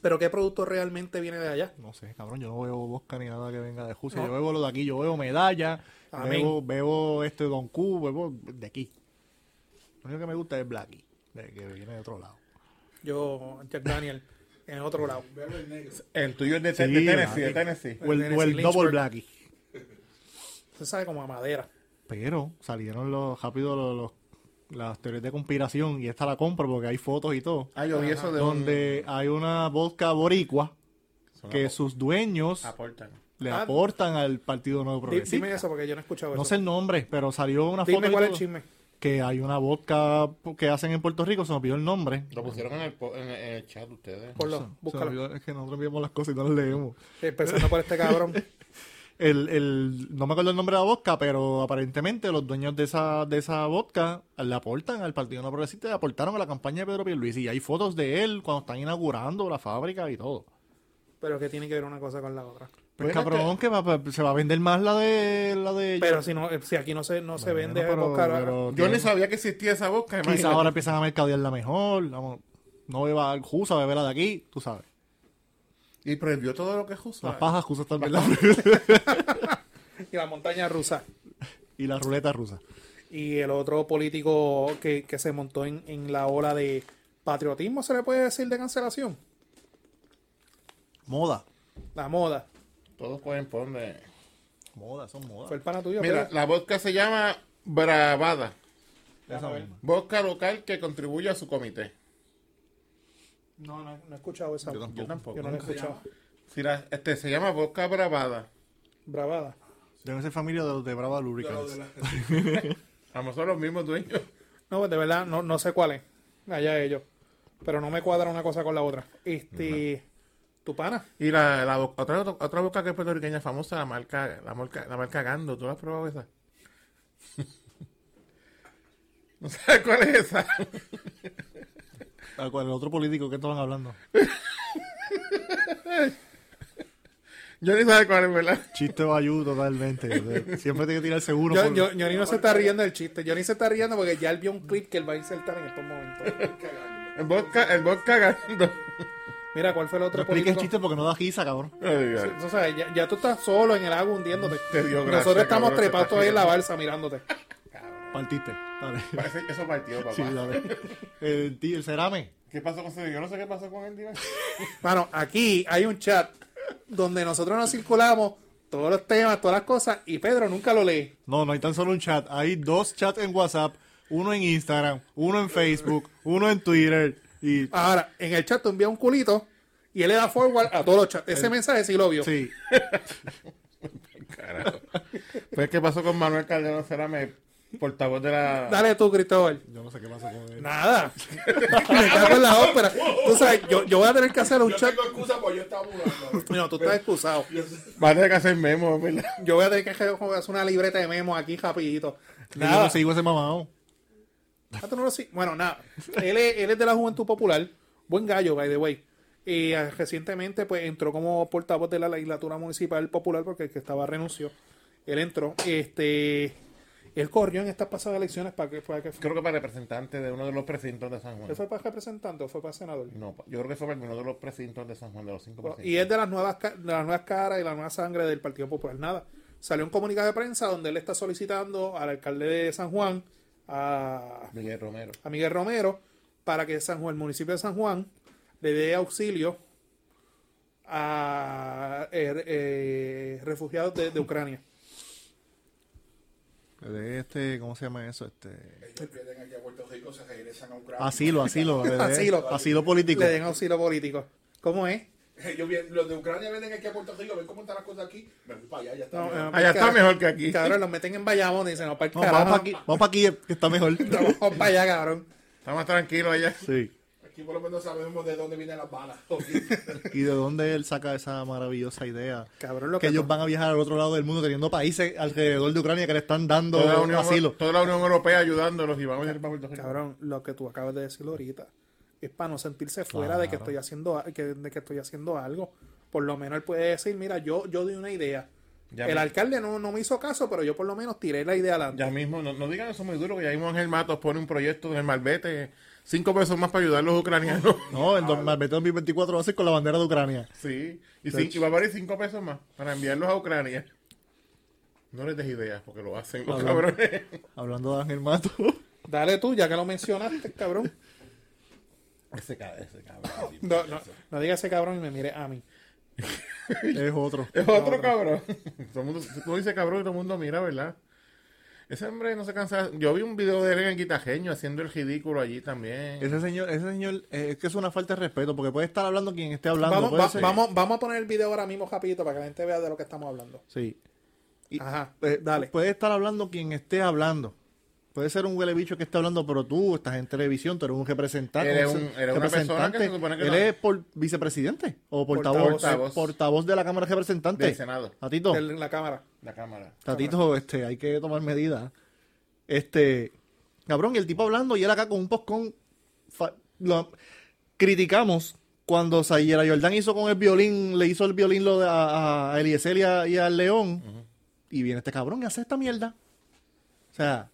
Speaker 2: Pero ¿qué producto realmente viene de allá?
Speaker 1: No sé, cabrón, yo no bebo vodka ni nada que venga de Rusia. Yo bebo lo de aquí, yo bebo medalla,
Speaker 2: Amén.
Speaker 1: bebo, bebo este Don Q, bebo de aquí. Lo único que me gusta es Blackie, de- que viene de otro lado.
Speaker 2: Yo, Jack Daniel, en otro lado.
Speaker 5: Verde y negro.
Speaker 4: El tuyo es de, de
Speaker 1: Sí,
Speaker 4: Tennessee, de
Speaker 1: Blackie.
Speaker 4: Tennessee.
Speaker 1: O el, o el
Speaker 2: Tennessee
Speaker 1: Double
Speaker 2: Lynchburg.
Speaker 1: Blackie.
Speaker 2: Se sabe como a madera.
Speaker 1: Pero salieron los, rápido los, los- las teorías de conspiración y esta la compro porque hay fotos y todo.
Speaker 4: Ah, yo vi eso de
Speaker 1: donde hay una vodka boricua
Speaker 4: Son
Speaker 1: que
Speaker 4: ap-
Speaker 1: sus dueños
Speaker 4: aportan.
Speaker 1: le
Speaker 2: Ah.
Speaker 1: aportan al Partido Nuevo
Speaker 2: Di-
Speaker 1: Progresista.
Speaker 2: Dime eso porque yo no he escuchado
Speaker 1: No
Speaker 2: eso.
Speaker 1: sé el nombre, pero salió una foto
Speaker 2: Dime
Speaker 1: y
Speaker 2: cuál es el
Speaker 1: todo,
Speaker 2: chisme.
Speaker 1: que hay una vodka que hacen en Puerto Rico, se me olvidó el nombre.
Speaker 4: Lo pusieron en el, po- en- en el chat ustedes.
Speaker 1: Se-
Speaker 2: Ponlo,
Speaker 1: se me
Speaker 2: búscalo.
Speaker 1: olvidó, es que nosotros enviamos las cosas y no las leemos.
Speaker 2: Empezando por este cabrón.
Speaker 1: El, el, no me acuerdo el nombre de la vodka, pero aparentemente los dueños de esa, de esa vodka le aportan al Partido No Progresista, le aportaron a la campaña de Pedro Pierluisi. Y hay fotos de él cuando están inaugurando la fábrica y todo.
Speaker 2: Pero que tiene que ver una cosa con la otra.
Speaker 1: Pues
Speaker 4: Bueno,
Speaker 1: cabrón, que va- va- se va a vender más la de... La de
Speaker 2: Pero si no, eh, si aquí no se, no se
Speaker 1: Bueno,
Speaker 2: vende
Speaker 1: pero-
Speaker 2: vodka, ahora-
Speaker 1: pero
Speaker 4: Yo ni
Speaker 1: tienen-
Speaker 4: sabía que existía esa boca.
Speaker 1: Quizás ahora empiezan a mercadearla mejor. Vamos, no beba jusa, bebela de aquí, tú sabes.
Speaker 4: Y prohibió todo lo que es rusa.
Speaker 1: Las pajas jusas también. la-
Speaker 2: y la montaña rusa.
Speaker 1: y la ruleta rusa.
Speaker 2: Y el otro político que, que se montó en, en la ola de patriotismo, se le puede decir de cancelación.
Speaker 1: Moda.
Speaker 2: La moda.
Speaker 4: Todos pueden poner.
Speaker 1: Modas, son
Speaker 2: Fue
Speaker 1: modas.
Speaker 2: el pana tuyo.
Speaker 4: Mira,
Speaker 2: Pedro.
Speaker 4: la vodka se llama Bravada.
Speaker 1: Esa misma.
Speaker 4: Vodka local que contribuye a su comité.
Speaker 2: No, no, no he escuchado esa.
Speaker 1: Yo tampoco.
Speaker 2: Yo no la he escuchado.
Speaker 4: Si la- este, se llama vodka Bravada.
Speaker 2: Bravada.
Speaker 1: Deben ser familia de los de Brava
Speaker 5: De lo de
Speaker 1: Lubricants.
Speaker 5: la-
Speaker 4: A lo mejor los mismos dueños.
Speaker 2: No, pues de verdad, no, no sé cuál es. Allá ellos. Pero no me cuadra una cosa con la otra. Este. Tu pana.
Speaker 4: Y la, la bo- otra, otra vodka que es puertorriqueña famosa, la marca, la marca, la marca Gando. ¿Tú la has probado esa? ¿No sabes cuál es esa?
Speaker 1: Tal cual, Ah, el otro político que estaban hablando.
Speaker 4: Yo ni sabe cuál es, ¿verdad?
Speaker 1: Chiste bayú totalmente. O sea, Siempre tiene que tirar seguro.
Speaker 2: Yo,
Speaker 1: por-
Speaker 2: yo, Johnny no se está riendo del chiste. Johnny se está riendo porque ya él vio un clip que él va a insertar en estos momentos.
Speaker 4: El vodka, el vodka Gando.
Speaker 2: Mira, ¿cuál fue el otro
Speaker 1: No expliques
Speaker 2: político?
Speaker 1: chiste porque no da risa, cabrón.
Speaker 4: Ay, Dios.
Speaker 2: O sea, ya, ya tú estás solo en el agua hundiéndote.
Speaker 4: Te dio gracia,
Speaker 2: Nosotros estamos
Speaker 4: cabrón, te
Speaker 2: trepados
Speaker 4: estás
Speaker 2: todavía en la
Speaker 4: riendo.
Speaker 2: balsa mirándote.
Speaker 1: Partiste. Dale.
Speaker 4: Parece que eso partió, papá.
Speaker 1: Sí, dale. El, tío, el cerame.
Speaker 4: ¿Qué pasó con ese? Yo no sé qué pasó con él, dime.
Speaker 2: Bueno, aquí hay un chat donde nosotros nos circulamos todos los temas, todas las cosas, y Pedro nunca lo lee.
Speaker 1: No, no hay tan solo un chat. Hay dos chats en WhatsApp, uno en Instagram, uno en Facebook, uno en Twitter. Y
Speaker 2: Ahora, en el chat tú envías un culito y él le da forward a todos los chats. Ese mensaje sí lo vio.
Speaker 1: sí,
Speaker 4: Carajo. Pues, ¿qué pasó con Manuel Calderón Cerame, portavoz de la...
Speaker 2: Dale tú, Cristóbal.
Speaker 1: yo no sé qué pasa con él.
Speaker 2: Nada. Me cago en la ópera. Tú sabes, yo, yo voy a tener que hacer un
Speaker 5: Yo
Speaker 2: chat.
Speaker 5: tengo excusa porque yo estaba mudando.
Speaker 2: No, tú estás excusado.
Speaker 5: Yo sé-
Speaker 4: Va a tener que hacer memo, ¿verdad?
Speaker 2: Yo voy a tener que hacer una libreta de memos aquí rapidito.
Speaker 1: Yo
Speaker 2: Nada.
Speaker 1: no sigo ese mamado.
Speaker 2: Ah, tú no lo sig- Bueno, nada. Él es, él es de la Juventud Popular. Buen gallo, by the way. Eh, recientemente, pues, entró como portavoz de la legislatura municipal popular porque el que estaba renunció. Él entró. Este, él corrió en estas pasadas elecciones para que fue que fue,
Speaker 4: Creo que para representante de uno de los precintos de San Juan.
Speaker 2: ¿Él fue para representante o fue para senador.
Speaker 4: No, pa- yo creo que fue para uno de los precintos de San Juan, de los cinco
Speaker 2: Bueno,
Speaker 4: precintos.
Speaker 2: Y es de las nuevas ca- de las nuevas caras y la nueva sangre del Partido Popular. Nada. Salió un comunicado de prensa donde él está solicitando al alcalde de San Juan, a
Speaker 4: Miguel Romero.
Speaker 2: a Miguel Romero para que San Juan, el municipio de San Juan le dé auxilio a eh, eh, refugiados de, de Ucrania.
Speaker 1: De este, ¿cómo se llama eso? Este.
Speaker 5: Ellos vienen aquí a Puerto Rico, se regresan a Ucrania.
Speaker 1: Asilo, asilo. le dé-
Speaker 2: Asilo.
Speaker 1: Asilo político.
Speaker 2: Le den auxilio político. ¿Cómo es?
Speaker 5: Ellos vienen- los de Ucrania vienen aquí a Puerto Rico, ven cómo están las cosas aquí. Me voy para allá, ya está.
Speaker 2: No,
Speaker 5: mira.
Speaker 2: eh,
Speaker 4: Allá está
Speaker 2: cara-
Speaker 4: mejor que aquí.
Speaker 2: Cabrón, los meten en Bayamón y dicen, no, para el
Speaker 1: No,
Speaker 2: carajo.
Speaker 1: vamos para aquí, vamos pa' aquí, que está mejor.
Speaker 2: No, vamos para allá, cabrón.
Speaker 4: Está más tranquilo allá.
Speaker 1: Sí.
Speaker 5: Aquí por lo menos sabemos de dónde vienen las balas.
Speaker 1: ¿Y de dónde él saca esa maravillosa idea?
Speaker 2: Cabrón, lo
Speaker 1: que
Speaker 2: que
Speaker 1: ellos
Speaker 2: tú-
Speaker 1: van a viajar al otro lado del mundo teniendo países alrededor de Ucrania que le están dando
Speaker 4: Toda la, Unión,
Speaker 1: asilo.
Speaker 4: toda la Unión Europea ayudándolos y vamos a ir para Puerto Rico.
Speaker 2: Cabrón, lo que tú acabas de decir ahorita es para no sentirse fuera de que estoy haciendo a- que, de que estoy haciendo algo. Por lo menos él puede decir, mira, yo, yo di una idea.
Speaker 4: Ya
Speaker 2: el
Speaker 4: me-
Speaker 2: alcalde no, no me hizo caso, pero yo por lo menos tiré la idea adelante.
Speaker 4: Ya mismo, no, no digan eso muy duro, que ya mismo Ángel Matos pone un proyecto en el Malvete, cinco pesos más para ayudar a los ucranianos.
Speaker 1: No, el Malvete 2024 va a ser con la bandera de Ucrania.
Speaker 4: Sí, y, cin- y va a valer cinco pesos más para enviarlos a Ucrania. No les des ideas porque lo hacen los
Speaker 1: Cabrón.
Speaker 4: cabrones.
Speaker 1: Hablando de Ángel Mato.
Speaker 2: Dale tú, ya que lo mencionaste, cabrón.
Speaker 4: Ese, ca- ese cabrón.
Speaker 2: No, no, no digas ese cabrón y me mire a mí.
Speaker 1: es otro.
Speaker 4: Es otro cabrón. Todo el mundo, tú dices cabrón y todo el mundo mira, ¿verdad? Ese hombre no se cansa. Yo vi un video de él en el guitajeño haciendo el ridículo allí también.
Speaker 1: Ese señor, ese señor, eh, es que es una falta de respeto, porque puede estar hablando quien esté hablando.
Speaker 2: Vamos,
Speaker 1: puede
Speaker 2: va-
Speaker 1: ser-
Speaker 2: vamos, vamos a poner el video ahora mismo rapidito para que la gente vea de lo que estamos hablando.
Speaker 1: Sí. Y-
Speaker 2: Ajá,
Speaker 1: eh,
Speaker 2: dale.
Speaker 1: Puede estar hablando quien esté hablando. Puede ser un huele bicho que esté hablando, pero tú estás en televisión, tú eres un representante.
Speaker 4: Eres
Speaker 1: un
Speaker 4: un- eres una persona que se supone que
Speaker 1: Él
Speaker 4: no.
Speaker 1: es por vicepresidente o portavoz,
Speaker 2: Portavoz.
Speaker 1: portavoz. de la Cámara de Representantes.
Speaker 4: Del Senado.
Speaker 1: Tatito,
Speaker 2: En la cámara.
Speaker 4: La cámara.
Speaker 1: Tatito, este, hay que tomar medidas. Este, cabrón, y el tipo hablando y él acá con un postcón. fa- lo- criticamos cuando Sayera Jordán hizo con el violín, le hizo el violín lo de a, a Eliezer y, a- y al León. Y viene este cabrón y hace esta mierda. O sea,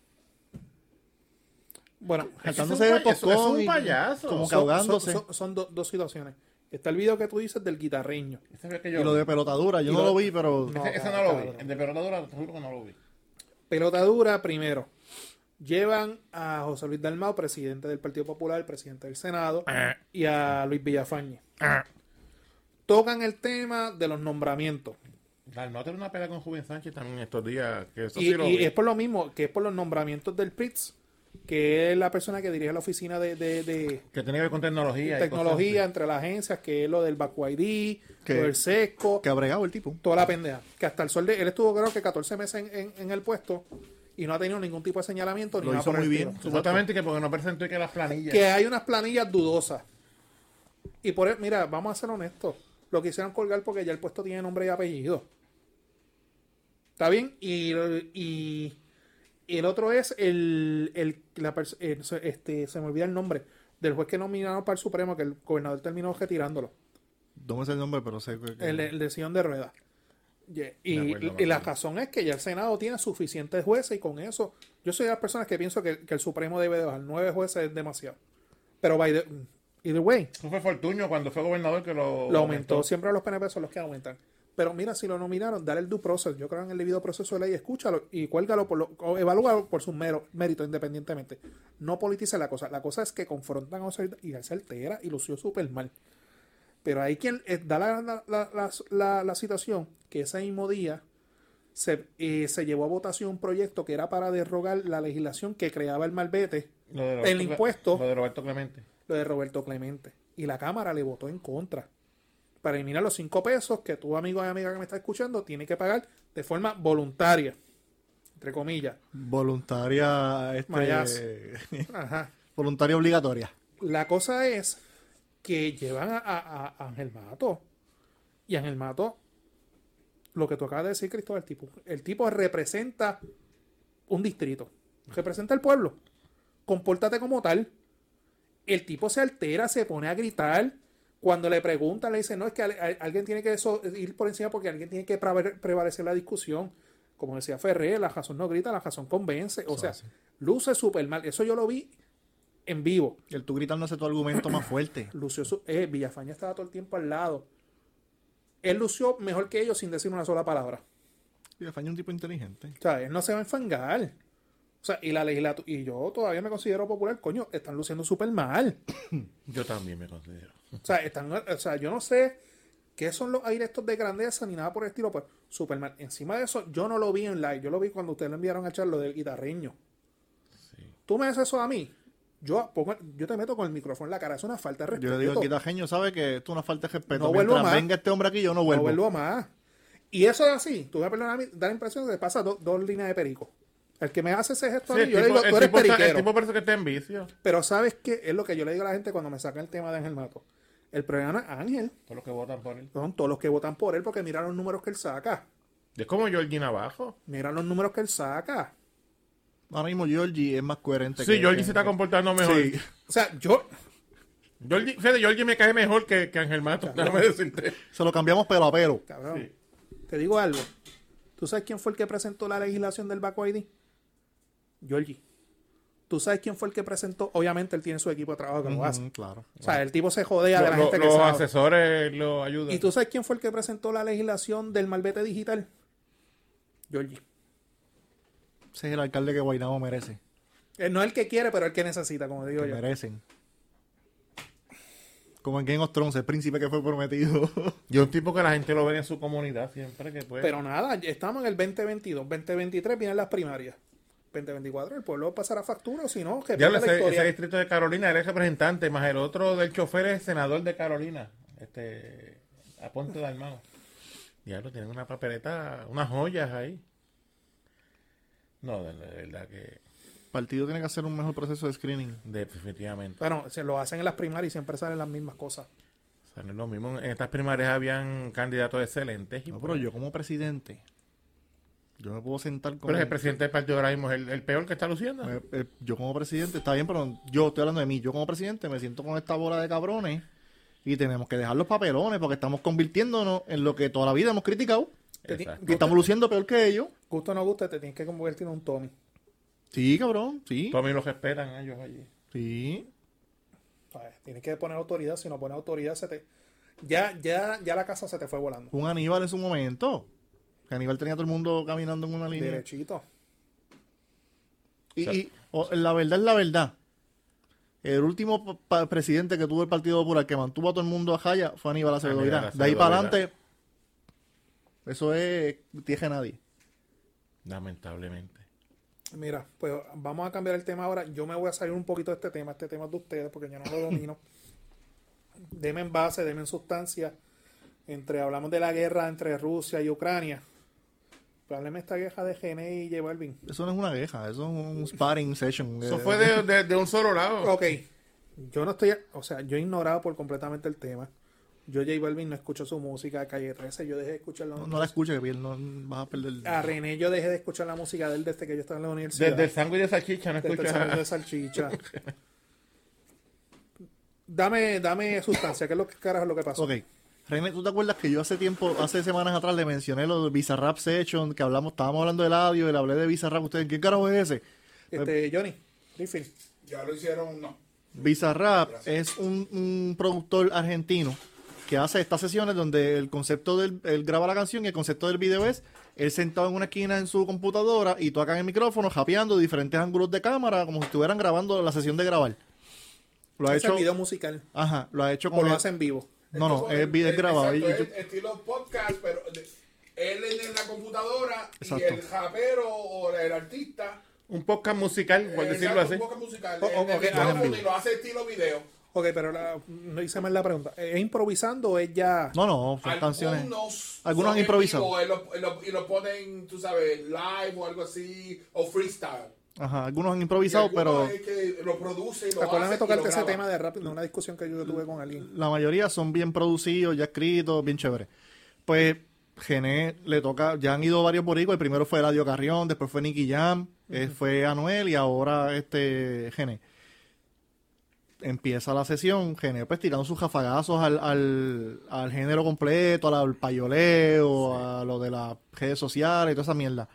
Speaker 2: Bueno,
Speaker 1: saltándose
Speaker 4: es un
Speaker 1: el
Speaker 4: paya- es un-
Speaker 1: postcón.
Speaker 4: es un
Speaker 1: y
Speaker 4: payaso.
Speaker 1: Como que
Speaker 2: son,
Speaker 1: ahogándose.
Speaker 2: son- son- son do- dos situaciones. Está el video que tú dices del guitarreño.
Speaker 4: Ese fue el que
Speaker 1: y
Speaker 4: yo
Speaker 1: lo
Speaker 4: vi.
Speaker 1: de pelotadura, yo
Speaker 2: Y
Speaker 1: no
Speaker 2: lo-
Speaker 1: lo vi, pero.
Speaker 2: No.
Speaker 4: Ese, ese no lo
Speaker 2: cabrón,
Speaker 4: vi.
Speaker 2: cabrón.
Speaker 4: El de pelota dura, te juro que no lo vi.
Speaker 2: Pelota dura, primero. Llevan a José Luis Dalmao, presidente del Partido Popular, presidente del Senado,
Speaker 4: Eh.
Speaker 2: y a Luis Villafañe. Tocan el tema de los nombramientos.
Speaker 4: Dalmau tiene una pelea con Juven Sánchez también estos días. Que eso
Speaker 2: Y,
Speaker 4: sí lo
Speaker 2: y
Speaker 4: vi.
Speaker 2: es por lo mismo, que es por los nombramientos del PRITS, que es la persona que dirige la oficina de, de- de
Speaker 4: Que tiene que ver con tecnología. y
Speaker 2: tecnología
Speaker 4: cosas
Speaker 2: entre las agencias, que es lo del Bacu ID,
Speaker 1: Que-
Speaker 2: lo del SESCO,
Speaker 1: Que ha bregado el tipo.
Speaker 2: toda la pendeja. Que hasta el sol de él estuvo creo que 14 meses en, en- en el puesto y no ha tenido ningún tipo de señalamiento. ni
Speaker 1: Lo
Speaker 2: nada
Speaker 1: hizo
Speaker 2: por el
Speaker 1: muy bien.
Speaker 2: estilo.
Speaker 4: así. Supuestamente que porque no presentó y que las planillas.
Speaker 2: Que hay unas planillas dudosas. Y por e- mira, vamos a ser honestos. Lo quisieron colgar porque ya el puesto tiene nombre y apellido. ¿Está bien? Y, y- y el otro es el, el- la pers- el- se- este, se me olvida el nombre, del juez que nominaron para el Supremo, que el gobernador terminó retirándolo.
Speaker 1: No me sé el nombre, pero sé que.
Speaker 2: El, el de sillón de ruedas. Ye- Y,
Speaker 4: De acuerdo,
Speaker 2: y la
Speaker 4: Manuel.
Speaker 2: razón es que ya el Senado tiene suficientes jueces y con eso, yo soy de las personas que pienso que, que el Supremo debe de bajar. Nueve jueces es demasiado. Pero by the, mm, either way,
Speaker 4: Eso fue Fortuño cuando fue gobernador que lo,
Speaker 2: lo aumentó. Siempre los PNP son los que aumentan. Pero mira, si lo nominaron, dale el due process. Yo creo en el debido proceso de ley, escúchalo y cuélgalo por lo, o evalúalo por sus mero- méritos independientemente. No politice la cosa. La cosa es que confrontan a José y él se altera y lució súper mal. Pero hay quien eh, da la, la, la- la- la situación que ese mismo día se, eh, se llevó a votación un proyecto que era para derrogar la legislación que creaba el malvete,
Speaker 4: Lo de
Speaker 2: el
Speaker 4: Roberto Cle-
Speaker 2: impuesto
Speaker 4: Lo de Roberto Clemente.
Speaker 2: lo de Roberto Clemente. Y la Cámara le votó en contra. Para eliminar los cinco pesos que tu amigo y amiga que me está escuchando tiene que pagar de forma voluntaria. Entre comillas.
Speaker 1: Voluntaria.
Speaker 2: Mayas.
Speaker 1: Este,
Speaker 2: Ajá.
Speaker 1: voluntaria obligatoria.
Speaker 2: La cosa es que llevan a, a- a- a Ángel Mato. Y Ángel Mato, lo que tú acabas de decir, Cristóbal, el tipo, el tipo representa un distrito. Representa el pueblo. Compórtate como tal. El tipo se altera, se pone a gritar. Cuando le preguntan, le dicen, no, es que al- al- alguien tiene que eso- ir por encima porque alguien tiene que prevale- prevalecer la discusión. Como decía Ferrer, la razón no grita, la razón convence. O sea, luce súper mal. Eso yo lo vi en vivo.
Speaker 1: El tú gritando hace tu argumento más fuerte.
Speaker 2: Lució su- eh, Villafaña estaba todo el tiempo al lado. Él lució mejor que ellos sin decir una sola palabra.
Speaker 1: Y Faña es un tipo inteligente.
Speaker 2: O sea, él no se va a enfangar. O sea, y la legislatura. Y yo todavía me considero popular, coño, están luciendo súper mal.
Speaker 4: Yo también me considero.
Speaker 2: O sea, están, o sea, yo no sé qué son los aires estos de grandeza ni nada por el estilo, pero súper mal. Encima de eso, yo no lo vi en live. Yo lo vi cuando ustedes lo enviaron a charlo del guitarreño. Tú me haces eso a mí. Yo, pongo- yo te meto con el micrófono en la cara. Es una falta de respeto.
Speaker 1: Yo le digo al quitajeño, sabe que esto es una falta de respeto.
Speaker 2: No vuelvo
Speaker 1: Mientras
Speaker 2: más.
Speaker 1: venga este hombre aquí, yo no vuelvo.
Speaker 2: No vuelvo más. Y eso es así. Tú me perdonas a mí, da la impresión de que pasa do- dos líneas de perico. El que me hace ese gesto a
Speaker 4: Sí,
Speaker 2: mí,
Speaker 4: el
Speaker 2: yo le
Speaker 4: tipo-
Speaker 2: digo,
Speaker 4: el
Speaker 2: tú eres
Speaker 4: tipo está-
Speaker 2: periquero.
Speaker 4: El tipo parece que está en vicio.
Speaker 2: Pero ¿sabes qué? Es lo que yo le digo a la gente cuando me saca el tema de Ángel Mato. El problema no es Ángel.
Speaker 4: Todos los que votan por él.
Speaker 2: Son todos los que votan por él porque miran los números que él saca.
Speaker 4: Es como Georgie Navajo.
Speaker 2: Miran los números que él saca.
Speaker 1: Ahora mismo Georgie es más coherente.
Speaker 4: Sí,
Speaker 1: que-
Speaker 4: Georgie
Speaker 1: que-
Speaker 4: se está comportando mejor.
Speaker 1: Sí.
Speaker 2: O sea, yo...
Speaker 4: Georgie, fíjate, Georgie me cae mejor que, que Ángel Mato. Déjame decirte.
Speaker 1: Se lo cambiamos pelo a pelo.
Speaker 2: Cabrón. Te digo algo. ¿Tú sabes quién fue el que presentó la legislación del Baco ID? Georgie. ¿Tú sabes quién fue el que presentó? Obviamente él tiene su equipo de trabajo que lo hace.
Speaker 1: Mm, claro.
Speaker 2: O sea, el tipo se jodea de la
Speaker 4: Lo-
Speaker 2: gente
Speaker 4: lo-
Speaker 2: que
Speaker 4: los
Speaker 2: sabe.
Speaker 4: asesores lo ayudan.
Speaker 2: ¿Y tú sabes quién fue el que presentó la legislación del malvete digital? Georgie.
Speaker 1: Ese es el alcalde que Guaynabo merece.
Speaker 2: Eh, no el que quiere, pero el que necesita, como digo
Speaker 1: Que
Speaker 2: yo.
Speaker 1: merecen. Como en Game of Thrones, el príncipe que fue prometido.
Speaker 4: Yo un tipo que la gente lo ve en su comunidad siempre que puede.
Speaker 2: Pero nada, ya estamos en el 2022. 2023 vienen las primarias. 2024 el pueblo pasará factura, o si no, que
Speaker 4: ya
Speaker 2: pierda la
Speaker 4: lo sé, ese
Speaker 2: historia.
Speaker 4: distrito de Carolina, él es representante, más el otro del chofer es senador de Carolina. Este, Aponte Dalmao. Diablo, tienen una papeleta, unas joyas ahí. No, de, de verdad que.
Speaker 1: El partido tiene que hacer un mejor proceso de screening.
Speaker 4: Definitivamente.
Speaker 2: Bueno, se lo hacen en las primarias y siempre salen las mismas cosas.
Speaker 4: O sea, no es lo mismo. En estas primarias habían candidatos excelentes. y
Speaker 1: No,
Speaker 4: pues-
Speaker 1: pero yo como presidente, yo me puedo sentar con...
Speaker 4: Pero es pues el presidente del partido ahora mismo es el, el peor que está luciendo.
Speaker 1: Eh, eh, yo como presidente, está bien, pero yo estoy hablando de mí. Yo como presidente me siento con esta bola de cabrones y tenemos que dejar los papelones porque estamos convirtiéndonos en lo que toda la vida hemos criticado.
Speaker 4: Exacto.
Speaker 1: Que estamos luciendo peor que ellos.
Speaker 2: Gusto o no gusta, te tienes que convertir en un Tommy.
Speaker 1: Sí, cabrón, sí.
Speaker 4: Tommy los respetan a ellos allí.
Speaker 1: Sí.
Speaker 2: O sea, Tienes que poner autoridad. Si no pones autoridad, se te... Ya, ya, ya la casa se te fue volando.
Speaker 1: Un Aníbal en su momento. Que Aníbal tenía todo el mundo caminando en una línea.
Speaker 2: Derechito.
Speaker 1: Y, y, o- la verdad es la verdad. El último pa- pa- presidente que tuvo el Partido Popular que mantuvo a todo el mundo a jaya fue Aníbal Acevedo
Speaker 4: Aníbal
Speaker 1: Vilá. De ahí
Speaker 4: Acevedo
Speaker 1: para
Speaker 4: Vilá.
Speaker 1: adelante, Eso es tierra a nadie.
Speaker 4: Lamentablemente.
Speaker 2: Mira, pues vamos a cambiar el tema ahora. Yo me voy a salir un poquito de este tema. Este tema es de ustedes porque yo no lo domino. deme en base, deme en sustancia. Entre, hablamos de la guerra entre Rusia y Ucrania. Probablemente esta guerra de Gene y J Balvin.
Speaker 1: Eso no es una queja, eso es un sparring session.
Speaker 4: Eso
Speaker 1: Eh,
Speaker 4: fue de, de- de un solo lado.
Speaker 2: Ok. Yo no estoy, o sea, yo he ignorado por completamente el tema. Yo J Balvin no escucho su música, Calle 13, yo dejé de escuchar la
Speaker 1: No, no la escuches, que bien, no vas a perder.
Speaker 4: Ah,
Speaker 2: A René yo dejé de escuchar la música de él desde que yo estaba en la universidad.
Speaker 4: Desde el sándwich de salchicha no
Speaker 2: Desde el
Speaker 4: escuchas
Speaker 2: sándwich de
Speaker 4: nada.
Speaker 2: salchicha. dame, dame sustancia, ¿qué es lo que carajo es lo que pasó?
Speaker 1: Ok. René, ¿tú te acuerdas que yo hace tiempo, hace semanas atrás, le mencioné lo de Bizarrap Session, que hablamos, estábamos hablando del audio, y le hablé de Bizarrap. ¿Ustedes qué carajo es ese?
Speaker 2: Este, Johnny, Riffin.
Speaker 5: Ya lo hicieron, no.
Speaker 1: Bizarrap es un, un productor argentino que hace estas sesiones donde el concepto del él graba la canción y el concepto del video es él sentado en una esquina en su computadora y tocan el micrófono japeando diferentes ángulos de cámara como si estuvieran grabando la sesión de grabar. Lo ha
Speaker 2: Es el
Speaker 1: hecho
Speaker 2: video musical.
Speaker 1: Ajá, lo ha hecho
Speaker 2: O
Speaker 1: con
Speaker 2: lo hace en vivo.
Speaker 1: No, no,
Speaker 5: Entonces,
Speaker 1: es video
Speaker 5: el-
Speaker 1: grabado.
Speaker 5: exacto,
Speaker 1: y- y-
Speaker 5: es estilo podcast, pero de- él en en la computadora
Speaker 1: Exacto.
Speaker 5: y el rapero o el artista.
Speaker 4: Un podcast musical, por
Speaker 5: eh,
Speaker 4: decirlo así.
Speaker 5: exacto, un podcast musical.
Speaker 2: O-
Speaker 5: en
Speaker 2: o-
Speaker 5: el
Speaker 2: ok, ah,
Speaker 5: micrófono
Speaker 1: en vivo.
Speaker 5: y lo hace estilo video.
Speaker 2: Ok, pero la- no hice mal la pregunta. ¿Es improvisando o es ya...?
Speaker 1: no, no, son canciones.
Speaker 5: Algunos,
Speaker 1: algunos
Speaker 5: son
Speaker 1: improvisados.
Speaker 5: en vivo, Y lo, y lo- y lo ponen, tú sabes, live o algo así, o freestyle.
Speaker 1: Ajá, algunos han
Speaker 5: Y
Speaker 1: improvisado, pero
Speaker 5: algunos es que lo produce y lo
Speaker 2: Acuérdame
Speaker 5: hace y
Speaker 2: tocarte
Speaker 5: lo
Speaker 2: ese
Speaker 5: graba.
Speaker 2: tema de rap en una discusión que yo tuve con alguien.
Speaker 1: la mayoría son bien producidos, ya escritos, bien chéveres. Pues Gené le toca, ya han ido varios boricos, el primero fue Eladio Carrión, después fue Nicky Jam, eh, fue Anuel y ahora este Gené. Empieza la sesión, Gené pues tirando sus jafagazos al, al, al género completo, al, al payoleo, a lo de las redes sociales y toda esa mierda.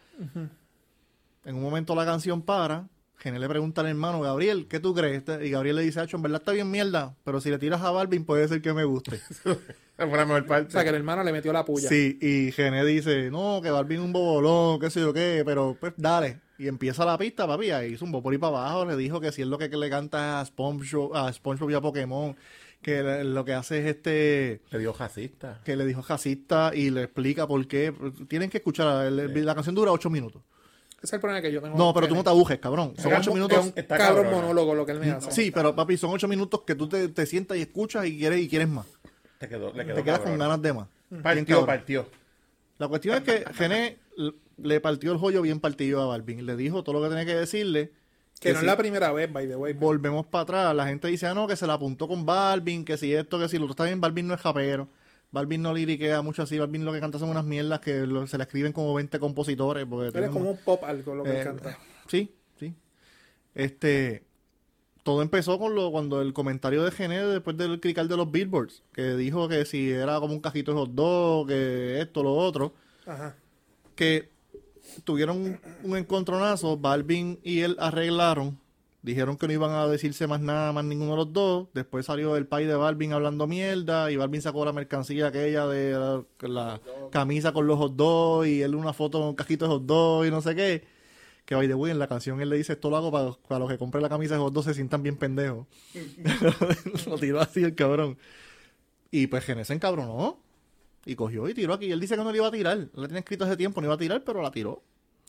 Speaker 1: En un momento la canción para. Gené le pregunta al hermano, Gabriel, ¿qué tú crees? Este, Y Gabriel le dice, Acho, en verdad está bien mierda, pero si le tiras a Balvin puede ser que me guste.
Speaker 4: Fue la mejor
Speaker 2: O
Speaker 4: parte.
Speaker 2: sea, que el hermano le metió la puya.
Speaker 1: sí, y Gené dice, no, que Balvin es un bobolón, qué sé yo qué, pero pues dale. Y empieza la pista, papi, ahí hizo un bopori para abajo, le dijo que si es lo que, que le canta a SpongeBob, a SpongeBob y a Pokémon, que le- lo que hace es este
Speaker 4: Le dio jacista.
Speaker 1: que le dijo jacista y le explica por qué. Tienen que escuchar, el- el- la canción dura ocho minutos.
Speaker 2: Ese es el problema que yo tengo.
Speaker 1: No, pero tú no te abujes, cabrón. Son
Speaker 4: Era
Speaker 1: ocho
Speaker 4: un-
Speaker 1: minutos.
Speaker 4: era un- Está
Speaker 2: Está cabrón
Speaker 4: cabrona.
Speaker 2: monólogo lo que él me hace.
Speaker 1: Sí, pero papi, son ocho minutos que tú te, te sientas y escuchas y quieres y quieres más.
Speaker 4: Te quedó, le quedó
Speaker 1: Te quedas
Speaker 4: cabrón.
Speaker 1: con ganas de más. Bien
Speaker 4: Partió,
Speaker 1: cabrón.
Speaker 4: partió.
Speaker 1: La cuestión es que Gené l- le partió el joyo bien partido a Balvin. Le dijo todo lo que tenía que decirle.
Speaker 2: Que no
Speaker 1: si
Speaker 2: es la primera vez, by the way.
Speaker 1: Volvemos para atrás. La gente dice, ah, no, que se la apuntó con Balvin, que si esto, que si lo otro. Está bien, Balvin no es japero. Balvin no liriquea mucho así. Balvin lo que canta son unas mierdas que lo- se le escriben como 20 compositores. Porque
Speaker 2: Él es
Speaker 1: tienen
Speaker 2: como un pop algo lo que
Speaker 1: Eh,
Speaker 2: él canta.
Speaker 1: Sí, sí. Este, todo empezó con lo, cuando el comentario de Gené después del crical de los Billboards, que dijo que si era como un cajito de hot dog, que esto, lo otro,
Speaker 2: Ajá.
Speaker 1: que tuvieron un, un encontronazo, Balvin y él arreglaron, dijeron que no iban a decirse más nada, más ninguno de los dos, después salió el país de Balvin hablando mierda y Balvin sacó la mercancía aquella de la, la camisa con los hot dogs y él una foto con un cajito de hot dog y no sé qué. Que by the way, en la canción él le dice, esto lo hago para, para los que compren la camisa de hot dog se sientan bien pendejos. lo tiró así el cabrón. Y pues Genes se encabronó. Y cogió y tiró aquí. Él dice que no le iba a tirar. No le tenía escrito hace tiempo, no iba a tirar, pero la tiró.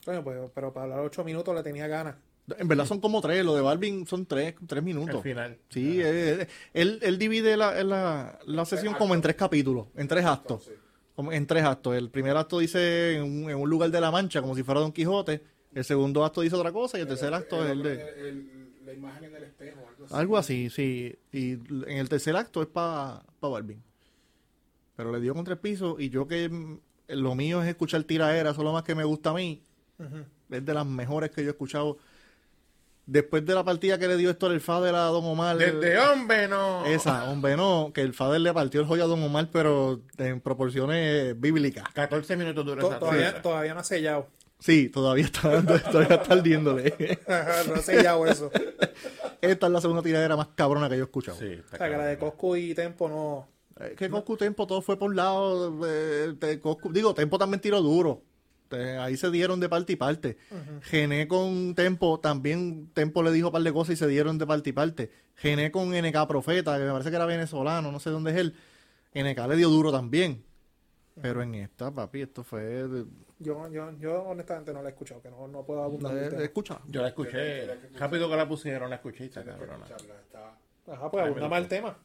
Speaker 2: Coño, pues, pero para hablar ocho minutos le tenía ganas.
Speaker 1: En verdad son como tres. Lo de Balvin son tres, tres minutos.
Speaker 4: Al final.
Speaker 1: Sí, él, él- él divide la, la- la sesión como en tres capítulos, en tres actos. Como en tres actos. El primer acto dice en un, en un lugar de la mancha, como si fuera Don Quijote. El segundo acto dice otra cosa y el tercer acto es el de...
Speaker 5: El- el- la imagen en el espejo, algo así.
Speaker 1: Algo así, sí. Y l- en el tercer acto es para pa Balvin. Pero le dio contra el piso y yo que mm, lo mío es escuchar tiraera, eso es lo más que me gusta a mí. Es de las mejores que yo he escuchado. Después de la partida que le dio esto el Fader a Don Omar.
Speaker 4: Desde hombre, no.
Speaker 1: Esa, hombre, no, que el Fader le partió el joya a Don Omar, pero en proporciones bíblicas.
Speaker 4: 14 minutos dura
Speaker 2: To-
Speaker 4: esa
Speaker 2: todavía,
Speaker 4: tira.
Speaker 2: todavía no ha sellado.
Speaker 1: Sí, todavía está dando, todavía está ardiéndole.
Speaker 2: Ajá, no ha sellado eso. O
Speaker 1: Esta es la segunda tiradera más cabrona que yo he escuchado.
Speaker 4: Sí, está
Speaker 2: sea, que la de
Speaker 4: cabrón.
Speaker 2: Coscu y Tempo no.
Speaker 1: Eh, que Coscu Tempo todo fue por un lado. eh, te- Coscu- digo, Tempo también tiró duro. Te- ahí se dieron de parte y parte. Gené con Tempo también. Tempo le dijo un par de cosas y se dieron de parte y parte. Gené con NK Profeta, que me parece que era venezolano, no sé dónde es él. NK le dio duro también. Pero en esta, papi, esto fue. de-
Speaker 2: Yo, yo, yo honestamente no la he escuchado, que no, no puedo abundar. del
Speaker 1: de-
Speaker 2: tema.
Speaker 1: eh, Escucha.
Speaker 4: Yo la escuché. Rápido que la pusieron, la escuché y está cabrona.
Speaker 5: Escucharla, está-
Speaker 2: Ajá, pues
Speaker 4: Ay,
Speaker 2: abunda
Speaker 4: me
Speaker 2: más
Speaker 4: lo-
Speaker 2: el tema.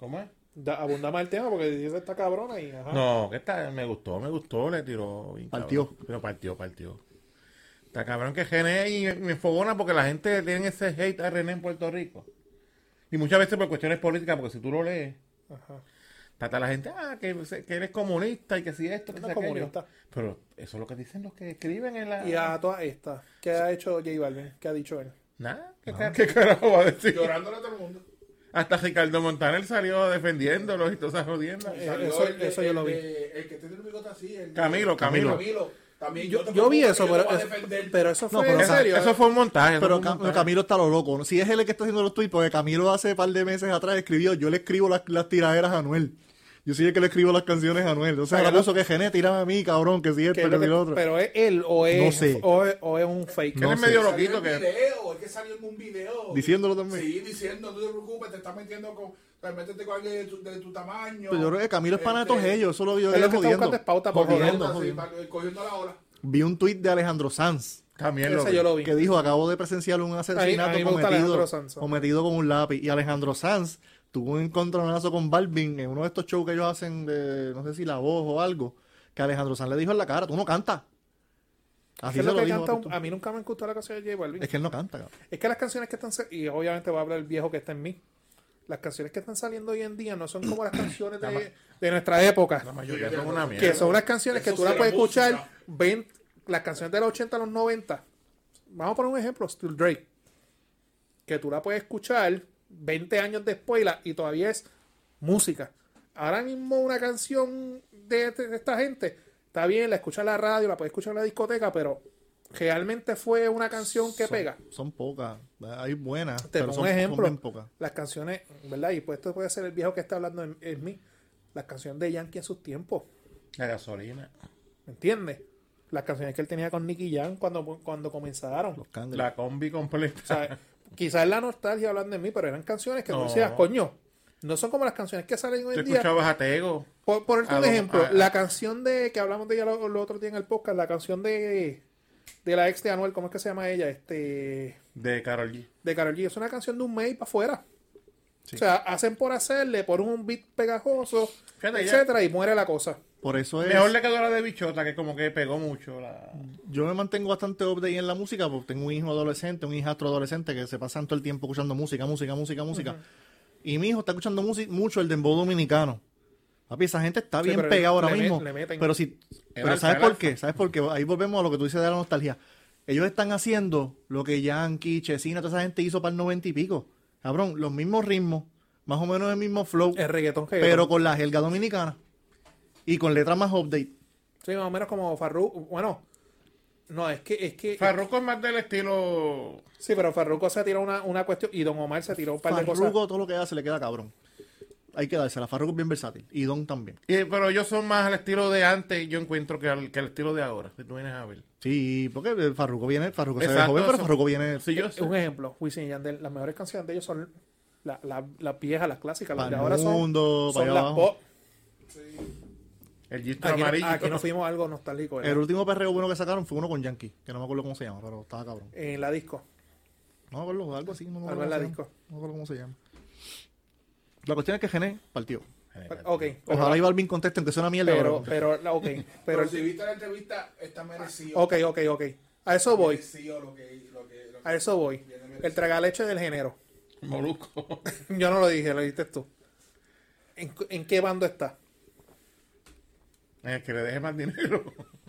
Speaker 4: ¿Cómo es?
Speaker 2: Da- abunda más el tema porque dice esta cabrona y ajá.
Speaker 4: No, que esta me gustó, me gustó, le tiró. bien
Speaker 1: Partió.
Speaker 4: cabrón. Pero partió, partió. Está cabrón que René y me enfogona porque la gente tiene ese hate a René en Puerto Rico. Y muchas veces por cuestiones políticas, porque si tú lo lees,
Speaker 2: Ajá.
Speaker 4: trata la gente, ah, que, se- que eres comunista y que si esto, que
Speaker 2: No
Speaker 4: si
Speaker 2: es
Speaker 4: aquello.
Speaker 2: comunista.
Speaker 4: Pero eso es lo que dicen los que escriben en la.
Speaker 2: Y a todas estas, ¿qué ha hecho J Balvin? ¿Qué ha dicho él?
Speaker 4: Nada, ¿qué, ca- qué carajo va a decir?
Speaker 5: Llorándole a todo el mundo.
Speaker 4: Hasta Ricardo Montaner salió defendiéndolos y todas esas jodiendas.
Speaker 2: Eh,
Speaker 5: Salió
Speaker 2: eso-
Speaker 5: el de-
Speaker 2: eso yo
Speaker 5: el
Speaker 2: lo vi.
Speaker 5: de- El que tiene el bigote así. el de-
Speaker 4: Camilo, Camilo.
Speaker 5: También
Speaker 2: Yo,
Speaker 5: te
Speaker 2: yo vi
Speaker 5: propongo
Speaker 2: eso,
Speaker 5: que yo
Speaker 2: pero,
Speaker 5: te voy a
Speaker 2: eso,
Speaker 5: defender.
Speaker 2: pero eso fue
Speaker 1: pero
Speaker 2: en
Speaker 1: esa-
Speaker 2: serio.
Speaker 4: Eso fue un montaje. eso
Speaker 1: Pero
Speaker 4: fue un
Speaker 1: Cam-
Speaker 4: montaje.
Speaker 1: Camilo está lo loco. Si es él el que está haciendo los tweets, porque Camilo hace un par de meses atrás escribió, yo le escribo las, las tiraderas a Anuel. Yo soy el que le escribo las canciones a Anuel. O sea,
Speaker 2: Pero-
Speaker 1: ahora puso que Gené tiraba a mí, cabrón, que si
Speaker 2: que
Speaker 1: esto,
Speaker 2: es
Speaker 1: que
Speaker 2: lo
Speaker 1: si
Speaker 2: que-
Speaker 1: lo otro.
Speaker 2: pero es él o es,
Speaker 1: No sé.
Speaker 2: o es, o es un fake.
Speaker 4: Él
Speaker 1: No
Speaker 4: es
Speaker 1: sé.
Speaker 4: medio
Speaker 5: Salió
Speaker 4: loquito
Speaker 5: en
Speaker 4: que.
Speaker 5: video, es que salió en un video.
Speaker 1: Diciéndolo también.
Speaker 5: Sí, diciendo, no te preocupes, te estás metiendo con. o sea, métete con alguien de tu, de tu tamaño.
Speaker 1: Pero Pues yo creo que Camilo es pana de todos
Speaker 5: Este,
Speaker 1: ellos. Eso lo
Speaker 2: Es
Speaker 1: vio
Speaker 2: lo
Speaker 1: él
Speaker 2: que está
Speaker 1: jodiendo.
Speaker 2: buscando es pauta por
Speaker 5: pauta,
Speaker 1: Jodiendo,
Speaker 5: sí,
Speaker 1: jodiendo.
Speaker 5: pa- eh, Cogiendo la hora.
Speaker 1: Vi un tweet de Alejandro Sanz.
Speaker 4: También lo.
Speaker 2: Ese
Speaker 4: vi.
Speaker 2: yo lo vi.
Speaker 1: que dijo acabo de presenciar un
Speaker 2: A mí- a
Speaker 1: asesinato
Speaker 2: mí me gusta Alejandro
Speaker 1: cometido,
Speaker 2: Sanz.
Speaker 1: cometido con un lápiz y Alejandro Sanz tuvo un encontronazo con Balvin en uno de estos shows que ellos hacen de no sé si la voz o algo que Alejandro Sanz le dijo en la cara tú no cantas así
Speaker 2: ¿Qué es
Speaker 1: se
Speaker 2: lo
Speaker 1: lo
Speaker 2: que
Speaker 1: dijo pues,
Speaker 2: canta
Speaker 1: tú-
Speaker 2: un- a mí nunca me gustó la canción de J Balvin.
Speaker 1: es que él no canta cabrón.
Speaker 2: Es que las canciones que están sa- y obviamente va a hablar el viejo que está en mí. Las canciones que están saliendo hoy en día no son como las canciones de, de nuestra época,
Speaker 4: La mayoría son una mierda.
Speaker 2: que son las canciones que
Speaker 5: Eso
Speaker 2: tú las
Speaker 5: será
Speaker 2: puedes
Speaker 5: música.
Speaker 2: escuchar, ven las canciones de los 80 a los 90. Vamos a poner un ejemplo, Still Drake, que tú la puedes escuchar 20 años después y, la- y todavía es música. Ahora mismo una canción de, este- de esta gente, está bien, la escuchas en la radio, la puedes escuchar en la discoteca, pero realmente fue una canción que
Speaker 1: son,
Speaker 2: pega.
Speaker 1: son pocas hay buenas
Speaker 2: Te
Speaker 1: pero
Speaker 2: pongo
Speaker 1: son,
Speaker 2: un
Speaker 1: son
Speaker 2: ejemplo.
Speaker 1: bien pocas
Speaker 2: Las canciones, ¿verdad? Y pues esto puede ser el viejo que está hablando en, en mí. Las canciones de Yankee en sus tiempos,
Speaker 4: La gasolina.
Speaker 2: ¿me entiendes? Las canciones que él tenía con Nicky Jam cuando, cuando comenzaron.
Speaker 1: los cangres
Speaker 4: La combi completa.
Speaker 2: O sea, quizás la nostalgia hablando en mí, pero eran canciones que tú
Speaker 4: No.
Speaker 2: decías, coño, no son como las canciones que salen hoy
Speaker 4: Tú
Speaker 2: en día.
Speaker 4: escuchabas a Tego.
Speaker 2: Por, por ponerte
Speaker 4: a
Speaker 2: un
Speaker 4: lo-
Speaker 2: ejemplo,
Speaker 4: a-
Speaker 2: la canción de que hablamos de ella lo- los otros días en el podcast, la canción de, de la ex de Anuel, ¿cómo es que se llama ella? Este.
Speaker 4: De Carol G.
Speaker 2: de Karol G. Es una canción de un mes para afuera. O sea, hacen por hacerle, ponen un beat pegajoso,
Speaker 4: Fíjate, ya-
Speaker 2: etcétera, y muere la cosa.
Speaker 1: por eso
Speaker 2: Pues-
Speaker 1: es
Speaker 4: Mejor le quedó la de Bichota, que como que pegó mucho. La...
Speaker 2: Mm.
Speaker 1: Yo me mantengo bastante update en la música porque tengo un hijo adolescente, un hijastro adolescente que se pasan todo el tiempo escuchando música, música, música, música. Y mi hijo está escuchando música mucho el dembow dominicano. Papi, esa gente está
Speaker 2: Sí,
Speaker 1: bien
Speaker 2: pero
Speaker 1: pegada ahora
Speaker 2: le me-
Speaker 1: mismo.
Speaker 2: le meten.
Speaker 1: pero si pero
Speaker 4: alfa,
Speaker 1: ¿sabes
Speaker 4: el
Speaker 1: por
Speaker 4: alfa.
Speaker 1: qué? ¿Sabes por qué? Ahí volvemos a lo que tú dices de la nostalgia. Ellos están haciendo lo que Yankee, Chesina, toda esa gente hizo para el noventa y pico. Cabrón, los mismos ritmos, más o menos el mismo flow,
Speaker 2: El reggaetón que
Speaker 1: pero con la jerga dominicana y con letras más update.
Speaker 2: Sí, más o menos como Farruko. Bueno, no, es que, es que.
Speaker 4: Farruko es más del estilo.
Speaker 2: sí, pero Farruko se tiró una, una cuestión y Don Omar se tiró un par de cosas.
Speaker 1: Farruko, todo lo que hace le queda cabrón. Hay que dársela. Farruko es bien versátil. Y Don también.
Speaker 4: eh, pero ellos son más al estilo de antes, yo encuentro, que al que al estilo de ahora. Si tú vienes a ver.
Speaker 1: Sí, porque eh, Farruko viene, Farruko se ve
Speaker 4: Exacto,
Speaker 1: joven, pero
Speaker 4: eso.
Speaker 1: Farruko viene...
Speaker 4: Sí, yo
Speaker 2: Es
Speaker 4: sé.
Speaker 2: Un ejemplo, Wisin y Yandel, las mejores canciones de ellos son la- la- las viejas, las clásicas, las
Speaker 1: Pa'l
Speaker 2: de ahora son,
Speaker 1: mundo,
Speaker 2: son
Speaker 1: pa' allá
Speaker 2: las
Speaker 1: abajo.
Speaker 2: pop.
Speaker 4: El gistro
Speaker 2: eh, Aquí,
Speaker 4: amarillo.
Speaker 2: aquí nos fuimos a algo nostálgico, ¿verdad?
Speaker 1: El último perreo bueno que sacaron fue uno con Yankee, que no me acuerdo cómo se llama, pero estaba cabrón.
Speaker 2: en la disco.
Speaker 1: No me acuerdo, algo así, no me
Speaker 2: Algo
Speaker 1: acuerdo,
Speaker 2: en la
Speaker 1: cómo se
Speaker 2: disco.
Speaker 1: llama. No me acuerdo cómo se llama. La cuestión es que Gené partió.
Speaker 2: Ok. pero-
Speaker 1: Ojalá Ibalvin conteste, aunque sea una mierda.
Speaker 2: Pero,
Speaker 1: pero-
Speaker 2: pero, la- ok. Pero,
Speaker 5: Pero si viste la entrevista, está
Speaker 1: Oh.
Speaker 5: merecido.
Speaker 2: ok, ok, ok. A eso voy.
Speaker 5: Merecido lo que. Lo que, lo que-
Speaker 2: A eso voy.
Speaker 5: Viene
Speaker 2: El
Speaker 5: merecido.
Speaker 2: tragaleche del género.
Speaker 4: Molusco.
Speaker 2: Yo no lo dije, lo dijiste tú. ¿En, cu- en qué bando está?
Speaker 4: El que le deje más dinero.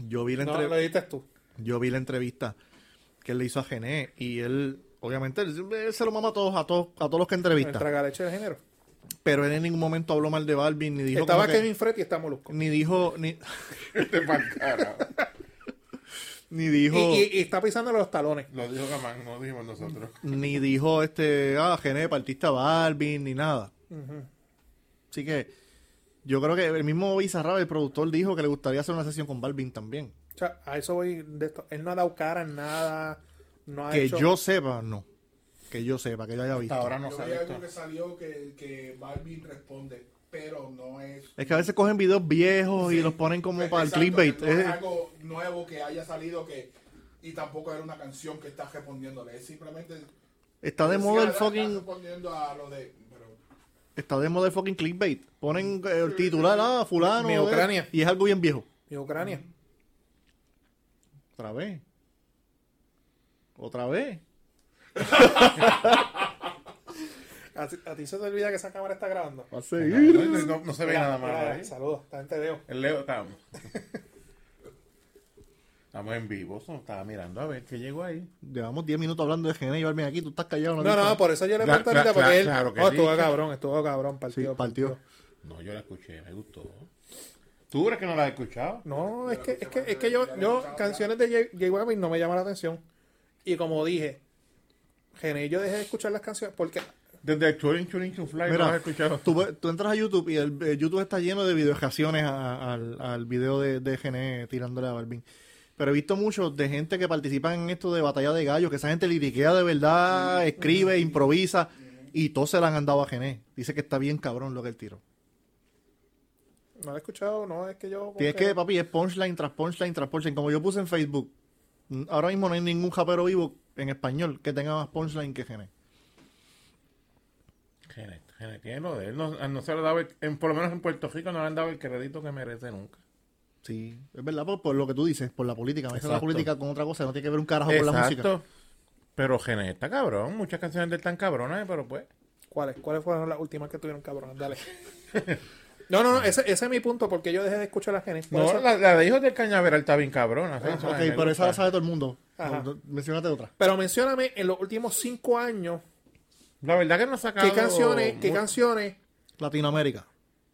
Speaker 1: yo, vi la
Speaker 2: No,
Speaker 1: entrev-
Speaker 2: lo dijiste tú.
Speaker 1: yo vi la entrevista que él le hizo a Gené y él, obviamente, él, él se lo mama a todos, a todos, a todos los que
Speaker 2: El
Speaker 1: entrevista.
Speaker 2: tragaleche del género.
Speaker 1: Pero él en ningún momento habló mal de Balvin ni dijo
Speaker 2: Estaba
Speaker 1: como que-
Speaker 2: Kevin Fred y está Molusco.
Speaker 1: ni dijo ni,
Speaker 4: Este pa'l cara.
Speaker 1: ni
Speaker 2: Y,
Speaker 1: dijo
Speaker 2: y- y está pisándole los talones.
Speaker 4: Lo dijo Gamán, no lo dijimos nosotros.
Speaker 1: ni dijo este ah Gené partista Balvin ni nada así que yo creo que el mismo Bizarrap el productor dijo que le gustaría hacer una sesión con Balvin también
Speaker 2: O sea, a eso voy de esto. Él no ha dado cara en nada. No ha
Speaker 1: que
Speaker 2: hecho...
Speaker 1: yo sepa no que yo sepa que yo haya visto
Speaker 4: Hasta ahora no
Speaker 5: Yo
Speaker 4: se ha
Speaker 5: vi algo
Speaker 4: visto.
Speaker 5: que salió que, que Balvin responde. pero no es.
Speaker 1: Es que a veces cogen videos viejos y los ponen como para el
Speaker 5: Exacto,
Speaker 1: clickbait.
Speaker 5: que No es
Speaker 1: Es-
Speaker 5: algo nuevo que haya salido que y tampoco era una canción que está respondiéndole. Es simplemente.
Speaker 1: está de
Speaker 5: Sí,
Speaker 1: moda el
Speaker 5: está
Speaker 1: fucking
Speaker 5: respondiendo a lo de. pero-
Speaker 1: Está de moda el fucking clickbait. Ponen eh, el titular, ah, fulano.
Speaker 2: Mi
Speaker 1: eh,
Speaker 2: Ucrania.
Speaker 1: Y es algo bien viejo.
Speaker 2: Y Ucrania.
Speaker 1: Otra vez. Otra vez.
Speaker 2: A ti, a ti se te olvida que esa cámara está grabando.
Speaker 1: Va a
Speaker 4: No,
Speaker 1: seguir.
Speaker 4: no- no se ve nada más.
Speaker 2: Mira,
Speaker 4: ahí.
Speaker 2: Saludos, está en Tadeo.
Speaker 4: El Leo estamos. Estamos en vivo, so, estaba mirando a ver qué llegó ahí.
Speaker 1: Llevamos 10 minutos hablando de Gene y Balvin aquí. Tú estás callado.
Speaker 2: No, pues, no, por eso yo le
Speaker 4: Cla-
Speaker 2: pregunto ahorita,
Speaker 4: cla-
Speaker 2: porque
Speaker 4: cla-
Speaker 2: él.
Speaker 4: claro que
Speaker 2: no, estuvo
Speaker 4: sí.
Speaker 2: cabrón, estuvo cabrón, partido.
Speaker 1: Sí, partió.
Speaker 4: No, yo la escuché, me gustó. ¿Tú crees que no la has escuchado?
Speaker 2: No, es que, es que, es que yo, yo canciones de J, J Balvin no me llaman la atención. Y como dije, Gené, yo dejé de escuchar las canciones porque
Speaker 4: Desde Churin Churin Chufly no la has
Speaker 1: Mira,
Speaker 4: escuchado.
Speaker 1: tú, ve- tú entras a YouTube y el, eh, YouTube está lleno de videoreacciones a- al, al video de, de Gene tirándole a Balvin. Pero he visto muchos de gente que participa en esto de batalla de gallos, que esa gente liriquea de verdad, escribe, improvisa, y todos se la han dado a Gené. Dice que está bien cabrón lo que él tiró.
Speaker 2: no la he escuchado, no, es que yo. como
Speaker 1: Tienes que, papi, es punchline tras punchline tras punchline. Como yo puse en Facebook, mm, ahora mismo no hay ningún japero vivo en español que tenga más punchline que Gene.
Speaker 4: Gene, Gene tiene lo de él. No, no se le ha dado, el- en, por lo menos en Puerto Rico no le han dado el crédito que merece nunca.
Speaker 1: Sí, es verdad, pues, por, por lo que tú dices, por la política. Me la
Speaker 4: Exacto.
Speaker 1: política con otra cosa, no tiene que ver un carajo con Ah, la música.
Speaker 4: Exacto. Pero Gene está cabrón. Muchas canciones de él están cabronas, eh, pero pues.
Speaker 2: ¿Cuáles? ¿Cuáles fueron las últimas que tuvieron cabrones? Dale. No, no, no, ese, ese es mi punto, porque yo dejé de escuchar a Gené. Por
Speaker 4: No,
Speaker 2: eso-
Speaker 4: la, la de Hijos del Cañaveral está bien cabrona. ¿sabes?
Speaker 1: Ah, Ok,
Speaker 4: Ay, me
Speaker 1: pero esa
Speaker 4: gusta.
Speaker 1: la sabe todo el mundo.
Speaker 2: Ajá.
Speaker 1: No, no, menciónate otra.
Speaker 2: Pero mencióname en los últimos cinco años,
Speaker 4: La verdad que no ha sacado.
Speaker 2: ¿qué canciones, qué
Speaker 4: mu-
Speaker 2: canciones
Speaker 1: Latinoamérica.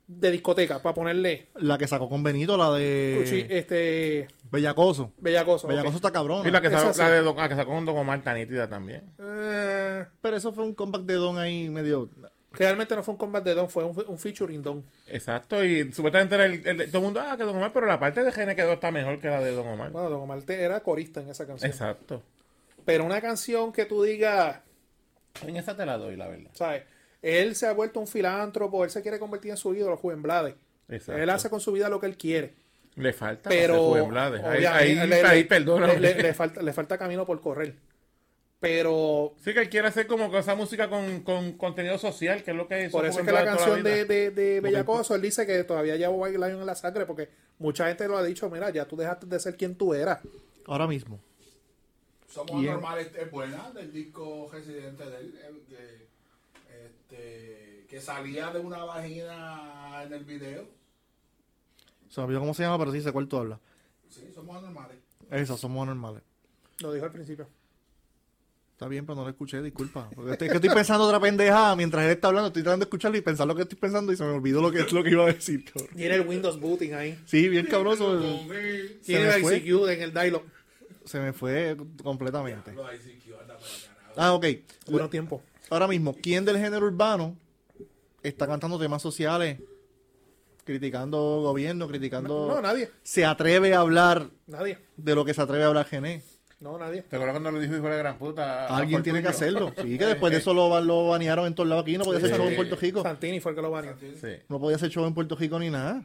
Speaker 2: de discoteca? Para ponerle
Speaker 1: La que sacó con Benito, la
Speaker 4: Eh, Pues
Speaker 1: de
Speaker 2: cuchi- este
Speaker 1: Bellacoso.
Speaker 2: Bellacoso. ok.
Speaker 1: Bellacoso está cabrón.
Speaker 4: Y la que,
Speaker 2: Esa
Speaker 4: sacó,
Speaker 2: sí.
Speaker 4: la, de Don- la que sacó con Don Omar está nítida también.
Speaker 2: Eh,
Speaker 1: Pero eso fue un compact de Don ahí medio.
Speaker 2: realmente no fue un combat de Don, fue un, un featuring Don.
Speaker 4: Exacto, y supuestamente era el, el- todo el mundo, ah, que Don Omar, pero la parte de Gene quedó está mejor que la de Don Omar.
Speaker 2: Bueno, Don Omar te- era corista en esa canción.
Speaker 4: Exacto.
Speaker 2: Pero una canción que tú digas,
Speaker 4: En esa te la doy, la verdad.
Speaker 2: ¿sabes? Él se ha vuelto un filántropo, él se quiere convertir en su ídolo, Juven Blades.
Speaker 4: Exacto.
Speaker 2: Él hace con su vida lo que él quiere.
Speaker 4: Le falta.
Speaker 2: pero
Speaker 4: hacer Juven Blades. Ahí, ahí,
Speaker 2: obviamente, le-
Speaker 4: ahí,
Speaker 2: le-
Speaker 4: perdona.
Speaker 2: le- le- le falta, le falta camino por correr. Pero
Speaker 4: sí que él quiere hacer como que esa música con, con contenido social, que es lo que hizo
Speaker 2: por eso es
Speaker 4: Juven
Speaker 2: que la
Speaker 4: Blades
Speaker 2: canción
Speaker 4: toda
Speaker 2: de,
Speaker 4: vida.
Speaker 2: de, de Bellacoso, él dice que todavía lleva White Lion en la sangre porque mucha gente lo ha dicho, mira, ya tú dejaste de ser quien tú eras.
Speaker 1: Ahora mismo.
Speaker 5: Somos
Speaker 1: Y es-
Speaker 5: normales es buena del disco residente de él, eh, de- este, que salía de una vagina en el video.
Speaker 1: Se me olvidó cómo se llama, pero sí sé cuál tú hablas.
Speaker 5: Sí, somos anormales.
Speaker 1: Esas somos normales.
Speaker 2: Lo dijo al principio.
Speaker 1: Está bien, pero no lo escuché, disculpa. Porque estoy- es que estoy pensando otra pendeja mientras él está hablando, estoy tratando de escucharlo y pensar lo que estoy pensando y se me olvidó lo que es lo que iba a decir, cabrón.
Speaker 2: Tiene el Windows booting ahí.
Speaker 1: Sí, bien cabroso.
Speaker 5: Sí,
Speaker 1: Se
Speaker 2: Tiene
Speaker 1: me,
Speaker 2: el
Speaker 1: fue,
Speaker 2: ICQ en el dialogue.
Speaker 1: se me fue completamente.
Speaker 5: Lo ICQ anda para el carajo.
Speaker 1: Ah, ok.
Speaker 2: Duró tiempo.
Speaker 1: Ahora mismo, ¿quién del género urbano está cantando temas sociales? Criticando gobierno, criticando.
Speaker 2: No, nadie.
Speaker 1: Se atreve a hablar
Speaker 2: Nadie.
Speaker 1: de lo que se atreve a hablar Gené.
Speaker 2: No, nadie.
Speaker 4: ¿Te acuerdas cuando le dijo hijo de gran puta?
Speaker 2: Ah,
Speaker 4: a- a
Speaker 2: pues
Speaker 1: Alguien tiene que
Speaker 4: Fortunio?
Speaker 1: hacerlo. Sí, que después de
Speaker 2: Eh,
Speaker 1: eso lo, ba- lo banearon en todos lados aquí. No podía hacer
Speaker 4: Sí.
Speaker 1: show en Puerto Rico.
Speaker 2: Santini fue el que lo baneó.
Speaker 4: Sí.
Speaker 1: No podía hacer show en Puerto Rico ni nada.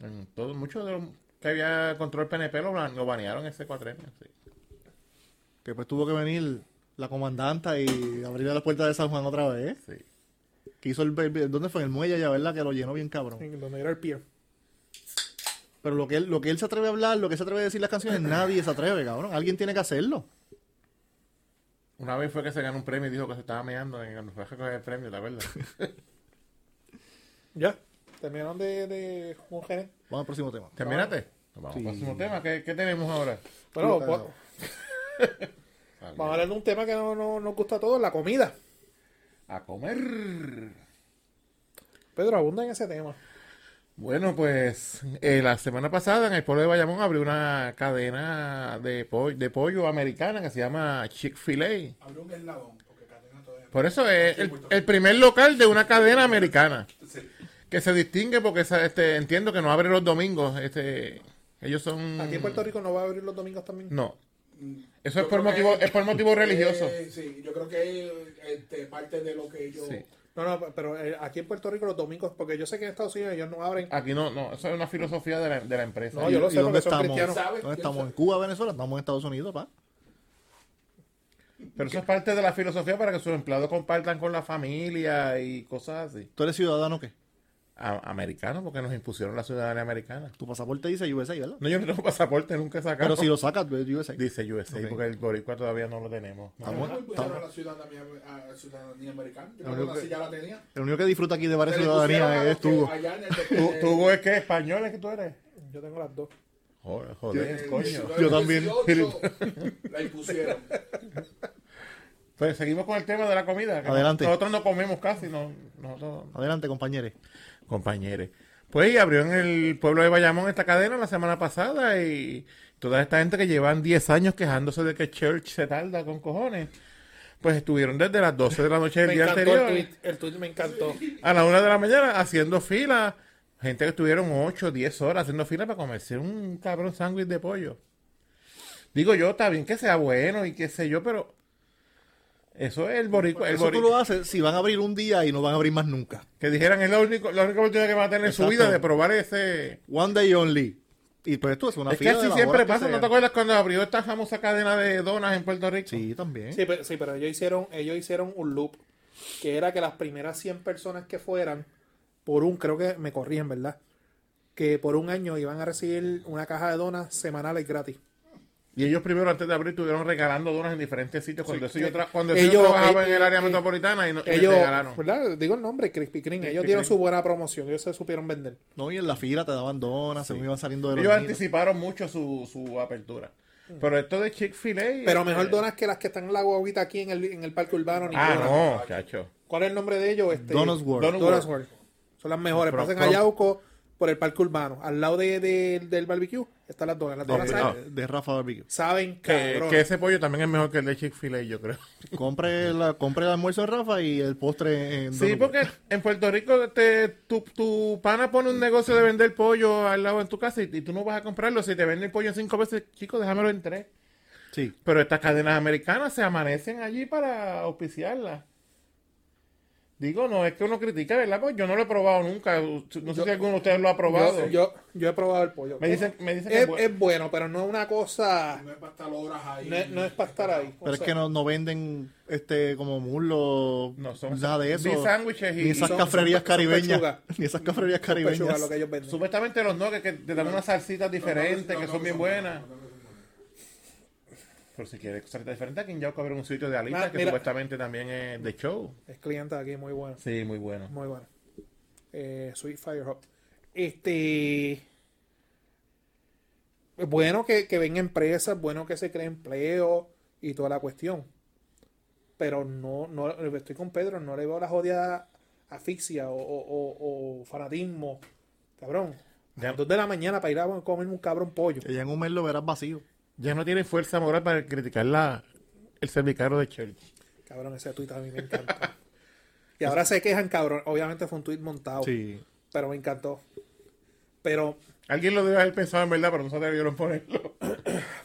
Speaker 4: En todo- muchos de los que había control PNP lo, ban- lo banearon ese cuatrenio. Sí.
Speaker 1: Que pues tuvo que venir la comandanta y abrirle la puerta de San Juan otra vez.
Speaker 4: sí.
Speaker 1: Que hizo el, el- ¿Dónde fue? En el muelle ya, ¿verdad? Que lo llenó bien cabrón.
Speaker 2: en Donde era el pier.
Speaker 1: Pero lo que, él, lo que él se atreve a hablar, lo que se atreve a decir las canciones, nadie se atreve, cabrón. Alguien tiene que hacerlo.
Speaker 4: Una vez fue que se ganó un premio y dijo que se estaba meando en cuando fue a recoger el premio, ¿te acuerdas?
Speaker 2: Ya. Terminaron de, de un gené.
Speaker 1: Vamos al próximo tema.
Speaker 4: Terminate. Vamos al próximo tema. ¿Qué, qué tenemos ahora?
Speaker 2: Bueno,
Speaker 1: Puta,
Speaker 2: pues,
Speaker 1: no.
Speaker 2: vamos a hablar de un tema que no, no- nos gusta a todos, la comida.
Speaker 4: A comer.
Speaker 2: Pedro, abunda en ese tema.
Speaker 4: Bueno, pues eh, la semana pasada en el pueblo de Bayamón abrió una cadena de, po- de pollo americana que se llama Chick-fil-A.
Speaker 5: Abrió un eslabón, porque cadena todavía.
Speaker 4: Por eso es el, el primer local de una cadena americana
Speaker 5: Sí.
Speaker 4: que se distingue porque esa- este, entiendo que no abre los domingos. Este, ellos son.
Speaker 2: Aquí en Puerto Rico no va a abrir los domingos también.
Speaker 4: Mm. No. Eso
Speaker 5: Yo
Speaker 4: es por
Speaker 5: creo que-
Speaker 4: motivo, es por motivo religioso.
Speaker 5: Eh, sí, yo creo que eh, este, parte de lo que ellos
Speaker 4: Sí.
Speaker 2: No, no, pero eh, aquí en Puerto Rico los domingos, porque yo sé que en Estados Unidos ellos no abren.
Speaker 4: Aquí no, no, eso es una filosofía de la, de la empresa.
Speaker 2: No, yo lo sé,
Speaker 1: dónde
Speaker 2: porque son
Speaker 1: estamos?
Speaker 2: cristianos.
Speaker 5: ¿Sabe?
Speaker 1: ¿Dónde estamos? ¿En Cuba, Venezuela? Estamos en Estados Unidos, pa.
Speaker 4: Pero eso es parte de la filosofía para que sus empleados compartan con la familia y cosas así.
Speaker 1: ¿Tú eres ciudadano qué?
Speaker 4: A- americanos, porque nos impusieron la ciudadanía americana.
Speaker 1: Tu pasaporte dice USA, ¿verdad?
Speaker 4: No, yo no tengo pasaporte, nunca he sacado.
Speaker 1: Pero si lo sacas, pues, USA.
Speaker 4: Dice USA,
Speaker 1: Ok.
Speaker 4: porque el boricua todavía no lo tenemos.
Speaker 1: Estamos-
Speaker 5: ¿Cómo impusieron
Speaker 1: estamos-
Speaker 5: a la ciudadanía, a la ciudadanía americana? Yo
Speaker 1: Lo
Speaker 5: creo que
Speaker 1: único
Speaker 5: nací
Speaker 1: que-
Speaker 5: ya la tenía.
Speaker 1: El único que disfruta aquí de varias
Speaker 5: Se le pusieron a
Speaker 1: ciudadanías
Speaker 5: los
Speaker 1: es
Speaker 5: que
Speaker 1: tu.
Speaker 5: allá en el-
Speaker 4: ¿Tú, tú Hugo, es que español es que tú eres?
Speaker 2: Yo tengo las dos.
Speaker 4: Joder, joder,
Speaker 5: en
Speaker 4: coño.
Speaker 5: 1918
Speaker 1: Yo también.
Speaker 5: La impusieron.
Speaker 4: Entonces, Pues seguimos con el tema de la comida. que
Speaker 1: Adelante.
Speaker 4: Nosotros no comemos casi, no, nosotros
Speaker 1: Adelante, compañeros.
Speaker 4: compañeros. Pues y abrió en el pueblo de Bayamón esta cadena la semana pasada y toda esta gente que llevan 10 años quejándose de que Church se tarda con cojones, pues estuvieron desde las 12 de la noche del
Speaker 2: Me
Speaker 4: día
Speaker 2: encantó
Speaker 4: anterior
Speaker 2: el tweet. El tweet me encantó.
Speaker 4: a la 1 de la mañana haciendo fila. Gente que estuvieron 8, 10 horas haciendo fila para comerse un cabrón sándwich de pollo. Digo yo, está bien que sea bueno y qué sé yo, pero eso es el boricua. El
Speaker 1: Eso tú
Speaker 4: boricua.
Speaker 1: lo haces si van a abrir un día y no van a abrir más nunca.
Speaker 4: Que dijeran, es la, único, la única oportunidad que van a tener en su
Speaker 1: Exacto.
Speaker 4: vida de probar ese...
Speaker 1: One day only. Y pues esto es una
Speaker 4: es que
Speaker 1: fila de
Speaker 4: así
Speaker 1: las
Speaker 4: siempre
Speaker 1: horas que
Speaker 4: pasa. ¿No
Speaker 1: sea.
Speaker 4: te acuerdas cuando abrió esta famosa cadena de donas en Puerto Rico?
Speaker 1: Sí,
Speaker 4: ¿Eh?
Speaker 1: también.
Speaker 2: Sí, pero, sí, pero ellos, hicieron, ellos hicieron un loop que era que las primeras 100 personas que fueran, por un, creo que me corrían, ¿verdad? Que por un año iban a recibir una caja de donas semanales gratis.
Speaker 4: Y ellos primero, antes de abrir, estuvieron regalando donas en diferentes sitios. Cuando, eso yo, tra- cuando eso yo
Speaker 2: Ellos-
Speaker 4: trabajaba en
Speaker 2: eh,
Speaker 4: el área
Speaker 2: eh,
Speaker 4: metropolitana y, no, y me
Speaker 2: Ellos,
Speaker 4: regalaron.
Speaker 2: ¿verdad? Digo el nombre, Crispy Kreme. Ellos
Speaker 4: Krispy
Speaker 2: dieron
Speaker 4: Kreme.
Speaker 2: su buena promoción, ellos se supieron vender.
Speaker 1: No, y en la fila te daban donas, según iban saliendo de los
Speaker 4: Ellos
Speaker 1: nidos.
Speaker 4: anticiparon mucho su, su apertura. Pero esto de Chick-fil-A.
Speaker 2: Pero mejor
Speaker 4: eh,
Speaker 2: donas que las que están en la guaguita aquí en el, en el parque urbano.
Speaker 4: Ah,
Speaker 2: ninguna.
Speaker 4: no, chacho.
Speaker 2: ¿Cuál es el nombre de ellos? Este,
Speaker 1: Donuts World.
Speaker 4: Donuts
Speaker 2: Donuts World. Son las mejores.
Speaker 4: Pro-
Speaker 2: Pasen
Speaker 4: pro-
Speaker 2: a Yauco por el parque urbano. Al lado de, de- del barbecue están las donas. Las donas
Speaker 1: de,
Speaker 4: no.
Speaker 2: saben,
Speaker 1: de- de Rafa Barbecue.
Speaker 2: saben
Speaker 4: Ah. Que,
Speaker 2: cabrón.
Speaker 4: que ese pollo también es mejor que el de Chick-fil-A, yo creo.
Speaker 1: Compre, la, compre el almuerzo de Rafa y el postre en
Speaker 4: Sí,
Speaker 1: Donut.
Speaker 4: porque en Puerto Rico te, tu, tu pana pone un negocio de vender pollo al lado en tu casa y, y tú no vas a comprarlo. Si te venden el pollo en cinco veces, chico, déjamelo en tres.
Speaker 1: Sí.
Speaker 4: Pero estas cadenas americanas se amanecen allí para auspiciarlas. Digo, no es que uno critica, ¿verdad? Pues yo no lo he probado nunca. No sé si alguno de ustedes lo ha probado.
Speaker 2: yo, yo, yo he probado el pollo.
Speaker 4: Me dicen, me dicen que
Speaker 2: es,
Speaker 4: es bu-
Speaker 2: es bueno, pero no es una cosa.
Speaker 5: No es para estar horas ahí.
Speaker 2: No es, no es para estar ahí. O
Speaker 1: Pero es
Speaker 2: sea,
Speaker 1: que no, no venden este como muslo,
Speaker 4: No, son
Speaker 1: nada de eso.
Speaker 4: beef sándwiches y-
Speaker 1: ni esas
Speaker 4: son-
Speaker 1: cafrerías
Speaker 2: son- son
Speaker 1: caribeñas.
Speaker 2: pechuga.
Speaker 1: ni esas cafrerías
Speaker 2: pechuga
Speaker 1: caribeñas.
Speaker 2: lo que ellos venden.
Speaker 4: Supuestamente los nuggets que te dan unas salsitas diferentes que son bien buenas. Pero si quieres salsita diferente, aquí en Yauco habrá un sitio de alitas
Speaker 2: Ma-
Speaker 4: que
Speaker 2: Ah, mira.
Speaker 4: supuestamente también es de show.
Speaker 2: Es cliente de aquí muy bueno.
Speaker 4: Sí, muy bueno.
Speaker 2: Muy bueno. Eh, Sweet Fire Hop. Este. Bueno que, que ven empresas, bueno que se cree empleo y toda la cuestión. Pero no, no, estoy con Pedro, no le veo la jodida asfixia o, o- o- o fanatismo. Cabrón. A
Speaker 4: Ya.
Speaker 2: las dos de la mañana para ir a comerme un cabrón pollo.
Speaker 1: Que ya en un mes lo verás vacío.
Speaker 4: Ya no tienen fuerza moral para criticar la, el servicaro de Church.
Speaker 2: Cabrón, ese tuit a mí me encantó. y ahora se quejan, cabrón. Obviamente fue un tuit montado.
Speaker 1: Sí.
Speaker 2: Pero me encantó. Pero
Speaker 4: Alguien lo debe haber pensado en verdad, pero no se atrevieron a ponerlo.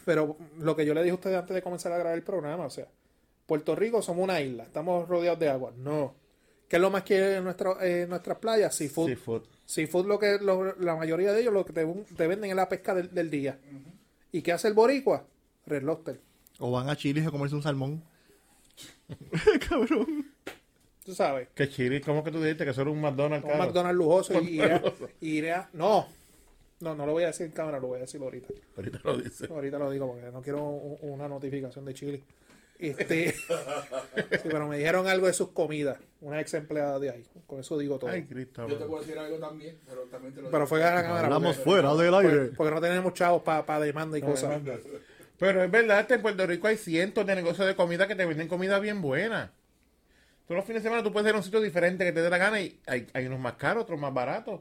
Speaker 2: Pero lo que yo le dije a ustedes antes de comenzar a grabar el programa, o sea, Puerto Rico somos una isla, estamos rodeados de agua. No. ¿Qué es lo más que en nuestra, eh, nuestras playas? Seafood.
Speaker 4: Sí, food.
Speaker 2: Seafood, lo que, lo- la mayoría de ellos lo que te, te venden es la pesca del, del día. ¿Y qué hace el boricua? Red Lobster.
Speaker 1: O van a Chile a comerse un salmón. Cabrón.
Speaker 2: Tú sabes,
Speaker 4: Que chile, ¿cómo que tú dijiste que eso era un McDonald's?
Speaker 2: un
Speaker 4: caro?
Speaker 2: McDonald's lujoso y iré a- y iré a- No, no, no lo voy a decir en cámara, lo voy a decir ahorita.
Speaker 4: Ahorita lo dice.
Speaker 2: Ahorita lo digo porque no quiero u- una notificación de Chile. Este, sí, pero me dijeron algo de sus comidas, una ex empleada de ahí. Con eso digo todo.
Speaker 4: Ay, Cristo.
Speaker 5: Yo te puedo decir algo también, pero también te lo
Speaker 2: pero
Speaker 5: digo.
Speaker 2: fue a
Speaker 4: Ah,
Speaker 2: la cámara.
Speaker 1: Hablamos
Speaker 2: porque,
Speaker 1: fuera del
Speaker 4: Pues,
Speaker 1: aire.
Speaker 2: porque- porque no tenemos chavos para demanda y cosas.
Speaker 4: Pero es verdad, que en Puerto Rico hay cientos de negocios de comida que te venden comida bien buena. Todos los fines de semana tú puedes ir a un sitio diferente que te dé la gana y hay, hay unos más caros, otros más baratos.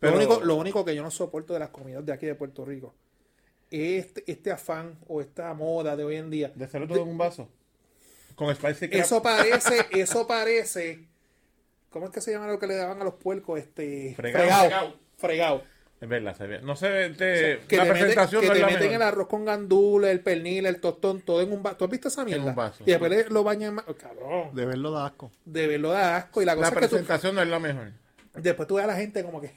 Speaker 4: Pero
Speaker 2: Lo, único, lo único que yo no soporto de las comidas de aquí de Puerto Rico es este, este afán o esta moda de hoy en día.
Speaker 4: de hacerlo todo en un vaso. Con spicy crab.
Speaker 2: Eso parece, eso parece. ¿Cómo es que se llama lo que le daban a los puercos? Este.
Speaker 4: Fregado.
Speaker 2: Fregado. Fregado.
Speaker 4: En Es verdad, se ve. No se ve. te-
Speaker 2: que
Speaker 4: Eh, la
Speaker 2: te, meten,
Speaker 4: presentación
Speaker 2: que
Speaker 4: no es
Speaker 2: te
Speaker 4: la
Speaker 2: meten
Speaker 4: mejor.
Speaker 2: el arroz con gandules, el pernil, el tostón, todo en un vaso. ¿Tú has visto esa mierda?
Speaker 4: un vaso.
Speaker 2: Y después le- lo bañan más. oh, cabrón.
Speaker 1: De verlo da asco.
Speaker 2: De verlo da asco. Y la
Speaker 4: La
Speaker 2: cosa es que tú,
Speaker 4: presentación no es la mejor.
Speaker 2: después tú ves a la gente como que.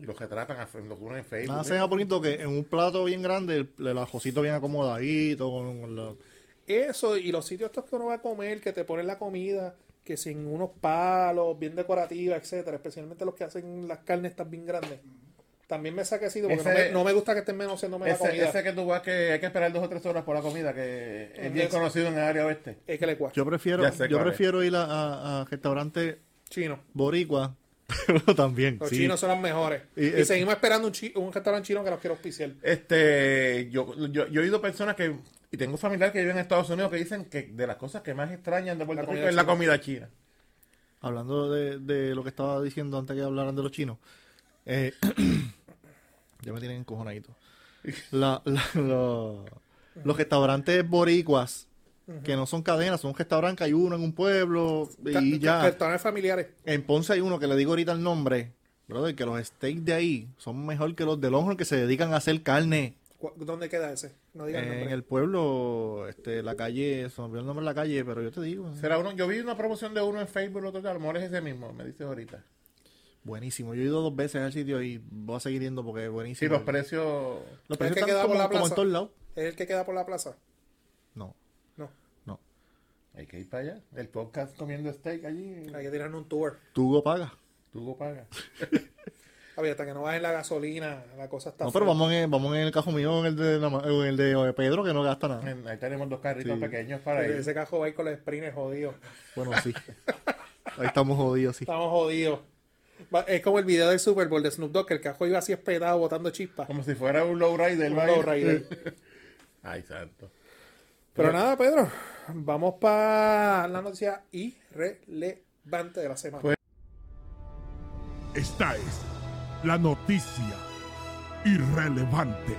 Speaker 4: Y los que tratan a los que unen en Facebook.
Speaker 1: Nada, se deja bonito que en un plato bien grande, el, el ajocito bien acomodadito, con, con la-
Speaker 2: Eso, y los sitios estos que uno va a comer, que te ponen la comida, que sin unos palos, bien decorativa, etcétera, especialmente los que hacen las carnes estas bien grandes. También me saqué sitio porque
Speaker 4: Ese-
Speaker 2: no, me, no me gusta que estén menoseándome la
Speaker 4: Ese,
Speaker 2: comida.
Speaker 4: ese que tú vas que hay que esperar dos o tres horas por la comida, que es bien
Speaker 2: Ese-
Speaker 4: conocido en el área oeste.
Speaker 2: Es que le cuesta.
Speaker 1: Yo prefiero,
Speaker 4: Ya sé
Speaker 1: yo
Speaker 4: cuál es.
Speaker 1: prefiero ir a, a, a restaurantes
Speaker 2: Chino.
Speaker 1: boricua, pero también.
Speaker 2: Los
Speaker 1: sí.
Speaker 2: chinos son los mejores.
Speaker 1: Y,
Speaker 2: Y,
Speaker 1: eh,
Speaker 2: seguimos esperando un, chi- un restaurante chino que los quiero auspiciar.
Speaker 4: Este, yo, yo, yo he oído personas que, y tengo familiares que viven en Estados Unidos que dicen que de las cosas que más extrañan de Puerto
Speaker 2: La
Speaker 4: Rico
Speaker 2: comida
Speaker 4: es la
Speaker 2: china.
Speaker 4: comida china.
Speaker 1: Hablando de, de lo que estaba diciendo antes que hablaran de los chinos, eh, ya me tienen encojonadito. La- la- lo- los restaurantes boricuas, que no son cadenas, son restaurantes, hay uno en un pueblo
Speaker 2: Ca-
Speaker 1: y
Speaker 2: ca-
Speaker 1: ya.
Speaker 2: Restaurantes familiares.
Speaker 1: En Ponce hay uno que le digo ahorita el nombre, brother, que los steaks de ahí son mejor que los de Longhorn que se dedican a hacer carne.
Speaker 2: Cu- ¿Dónde queda ese? No digan el
Speaker 1: En
Speaker 2: nombre.
Speaker 1: el pueblo, este, la calle, se me olvidó el nombre de la calle, pero yo te digo,
Speaker 4: Será uno, yo vi una promoción de uno en Facebook el otro día, a lo mejor es ese mismo, me dices ahorita.
Speaker 1: buenísimo. Yo he ido dos veces al sitio y voy a seguir yendo porque es
Speaker 4: Sí,
Speaker 1: buenísimo.
Speaker 4: los precios.
Speaker 2: Pero
Speaker 1: Los
Speaker 2: pues, es
Speaker 1: precios
Speaker 2: que
Speaker 1: están
Speaker 2: queda por
Speaker 1: como,
Speaker 2: la
Speaker 1: como en
Speaker 2: plaza.
Speaker 1: todos lados.
Speaker 2: ¿Es el que queda por la plaza?
Speaker 1: No,
Speaker 2: No.
Speaker 1: no.
Speaker 4: Hay que ir para allá. El podcast comiendo steak allí.
Speaker 2: Hay que tirarnos un tour.
Speaker 1: Tugo paga.
Speaker 4: Tú lo pagas.
Speaker 2: A ver, hasta que no bajen la gasolina, la cosa está
Speaker 1: No, pero
Speaker 2: fuerte.
Speaker 1: vamos en, vamos en el cajo mío, en el de, la ma- en el de eh, Pedro, que no gasta
Speaker 2: Eh.
Speaker 1: nada.
Speaker 4: En- Ahí tenemos dos carritos pequeños para
Speaker 2: Porque
Speaker 4: ir.
Speaker 2: Ese cajo va a ir con los sprinters jodidos.
Speaker 1: Bueno, sí. Ahí estamos jodidos, sí.
Speaker 2: Estamos jodidos. Va- Es como el video del Super Bowl de Snoop Dogg, que el cajo iba así espetado, botando chispas.
Speaker 4: Como si fuera un lowrider.
Speaker 2: Un
Speaker 4: va a ir.
Speaker 2: lowrider.
Speaker 4: Ay, santo.
Speaker 2: Pero nada, Pedro, vamos para la noticia irrelevante de la semana.
Speaker 4: Pues-
Speaker 6: Esta es la noticia irrelevante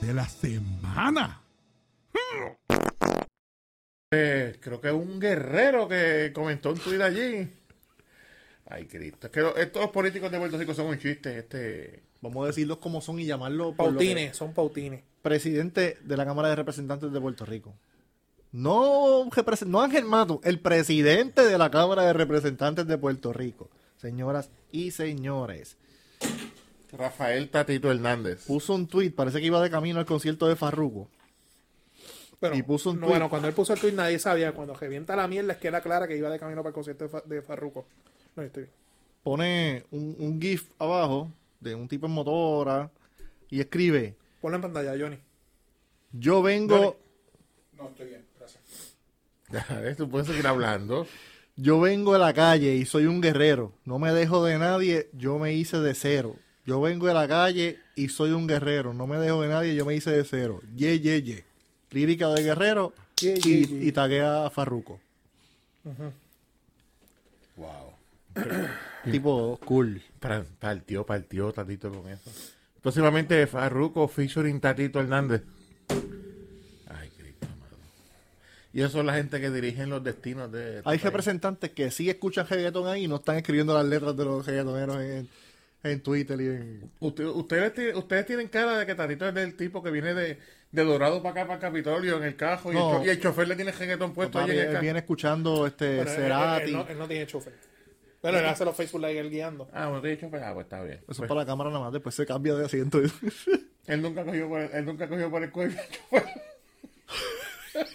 Speaker 6: de la semana.
Speaker 4: Eh, creo que es un guerrero que comentó un tuit allí. Ay, Cristo. Es que lo- estos políticos de Puerto Rico son un chiste. Este.
Speaker 1: Vamos a decirlos como son y llamarlo por lo que-
Speaker 2: pautines, son pautines.
Speaker 1: presidente de la Cámara de Representantes de Puerto Rico. No, represen- no Ángel Mato, el presidente de la Cámara de Representantes de Puerto Rico. Señoras y señores,
Speaker 4: Rafael Tatito Hernández.
Speaker 1: puso un tuit, parece que iba de camino al concierto de Farruko.
Speaker 2: Bueno,
Speaker 1: Y puso un
Speaker 2: no,
Speaker 1: tuit.
Speaker 2: bueno, cuando él puso el tweet nadie sabía. Cuando revienta la mierda es que era clara que iba de camino para el concierto de, Fa- de Farruko. No, yo estoy bien.
Speaker 1: Pone un, un GIF abajo de un tipo en motora y escribe,
Speaker 2: Ponlo en pantalla, Johnny.
Speaker 1: yo vengo,
Speaker 5: No, estoy bien, gracias.
Speaker 4: Dale, Tú puedes seguir hablando.
Speaker 1: yo vengo de la calle y soy un guerrero. No me dejo de nadie, yo me hice de cero. Yo vengo de la calle y soy un guerrero. No me dejo de nadie, yo me hice de cero. Ye, ye, ye. Lírica de guerrero
Speaker 2: Ye,
Speaker 1: y,
Speaker 2: ye, ye.
Speaker 1: y taguea a Farruko.
Speaker 4: Wow.
Speaker 1: Tipo cool.
Speaker 4: Pra- Partió, partió Tatito con eso. Próximamente Farruko featuring Tatito Hernández. Ay, Cristo, amado. Y eso es la gente que dirigen los destinos de. este
Speaker 1: Hay
Speaker 4: país.
Speaker 1: representantes que sí escuchan reggaetón ahí y no están escribiendo las letras de los reggaetoneros en, en Twitter y en...
Speaker 4: Usted- ustedes, ti- ustedes tienen cara de que Tatito es del tipo que viene de, de Dorado para acá, para Capitolio, en el cajo, y,
Speaker 1: No.
Speaker 4: el, cho- y el chofer le tiene reggaetón
Speaker 2: Pues
Speaker 4: puesto
Speaker 1: Papi,
Speaker 4: allí en el
Speaker 1: él
Speaker 4: cajo.
Speaker 1: eh, viene escuchando este
Speaker 2: Bueno, él-
Speaker 1: Cerati.
Speaker 2: él, él no, él no tiene chofer. Bueno, él hace los Facebook Live él guiando.
Speaker 4: Ah, bueno, te he dicho, pues, ah, pues está bien.
Speaker 1: Eso
Speaker 4: Pues,
Speaker 1: es para la cámara nada más, después se cambia de asiento.
Speaker 4: él, nunca cogió por el, él nunca cogió por el cuello al chofer.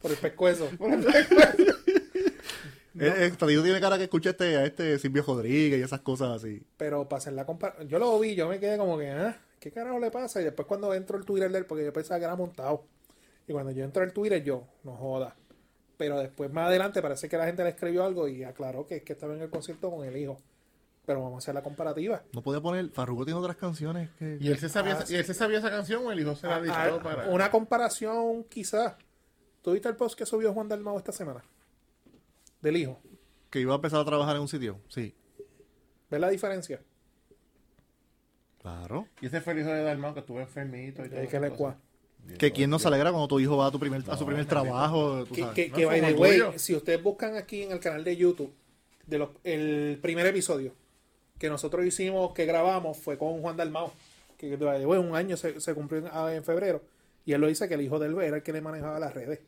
Speaker 2: Por el pescuezo.
Speaker 1: El, el Tatito eh, tiene cara que escucha este, a este Silvio Rodríguez y esas cosas así.
Speaker 2: Pero para hacer la comparación. Yo lo vi, yo me quedé como que, ah, ¿qué carajo le pasa? Y después cuando entro el Twitter de él, porque yo pensaba que era montado. Y cuando yo entro al Twitter, yo, no joda. Pero después, más adelante, parece que la gente le escribió algo y aclaró que es que estaba en el concierto con el hijo. Pero vamos a hacer la comparativa.
Speaker 1: No podía poner. Farruko tiene otras canciones que.
Speaker 4: ¿Y él, se sabía,
Speaker 2: Ah,
Speaker 4: esa- ¿Y él se sabía esa canción o el hijo se la
Speaker 2: Ah,
Speaker 4: dictó para...?
Speaker 2: Una comparación, quizás. ¿Tuviste el post que subió Juan Dalmao esta semana? Del hijo.
Speaker 1: que iba a empezar a trabajar en un sitio. Sí.
Speaker 2: ¿Ves la diferencia?
Speaker 1: Claro.
Speaker 4: Y ese fue el hijo de Dalmau que estuvo enfermito y todo.
Speaker 2: Es que le cua-
Speaker 1: Que quien no se alegra cuando tu hijo va a, tu primer, a su primer trabajo. tú
Speaker 2: Que,
Speaker 1: sabes.
Speaker 2: que,
Speaker 4: no
Speaker 2: que,
Speaker 4: es
Speaker 2: by
Speaker 4: como
Speaker 2: the way,
Speaker 4: tuyo.
Speaker 2: si ustedes buscan aquí en el canal de YouTube, de los, el primer episodio, que nosotros hicimos, que grabamos, fue con Juan Dalmao, que duró un año, se, se cumplió en, ah, en febrero. Y él lo dice que el hijo de él era el que le manejaba las redes.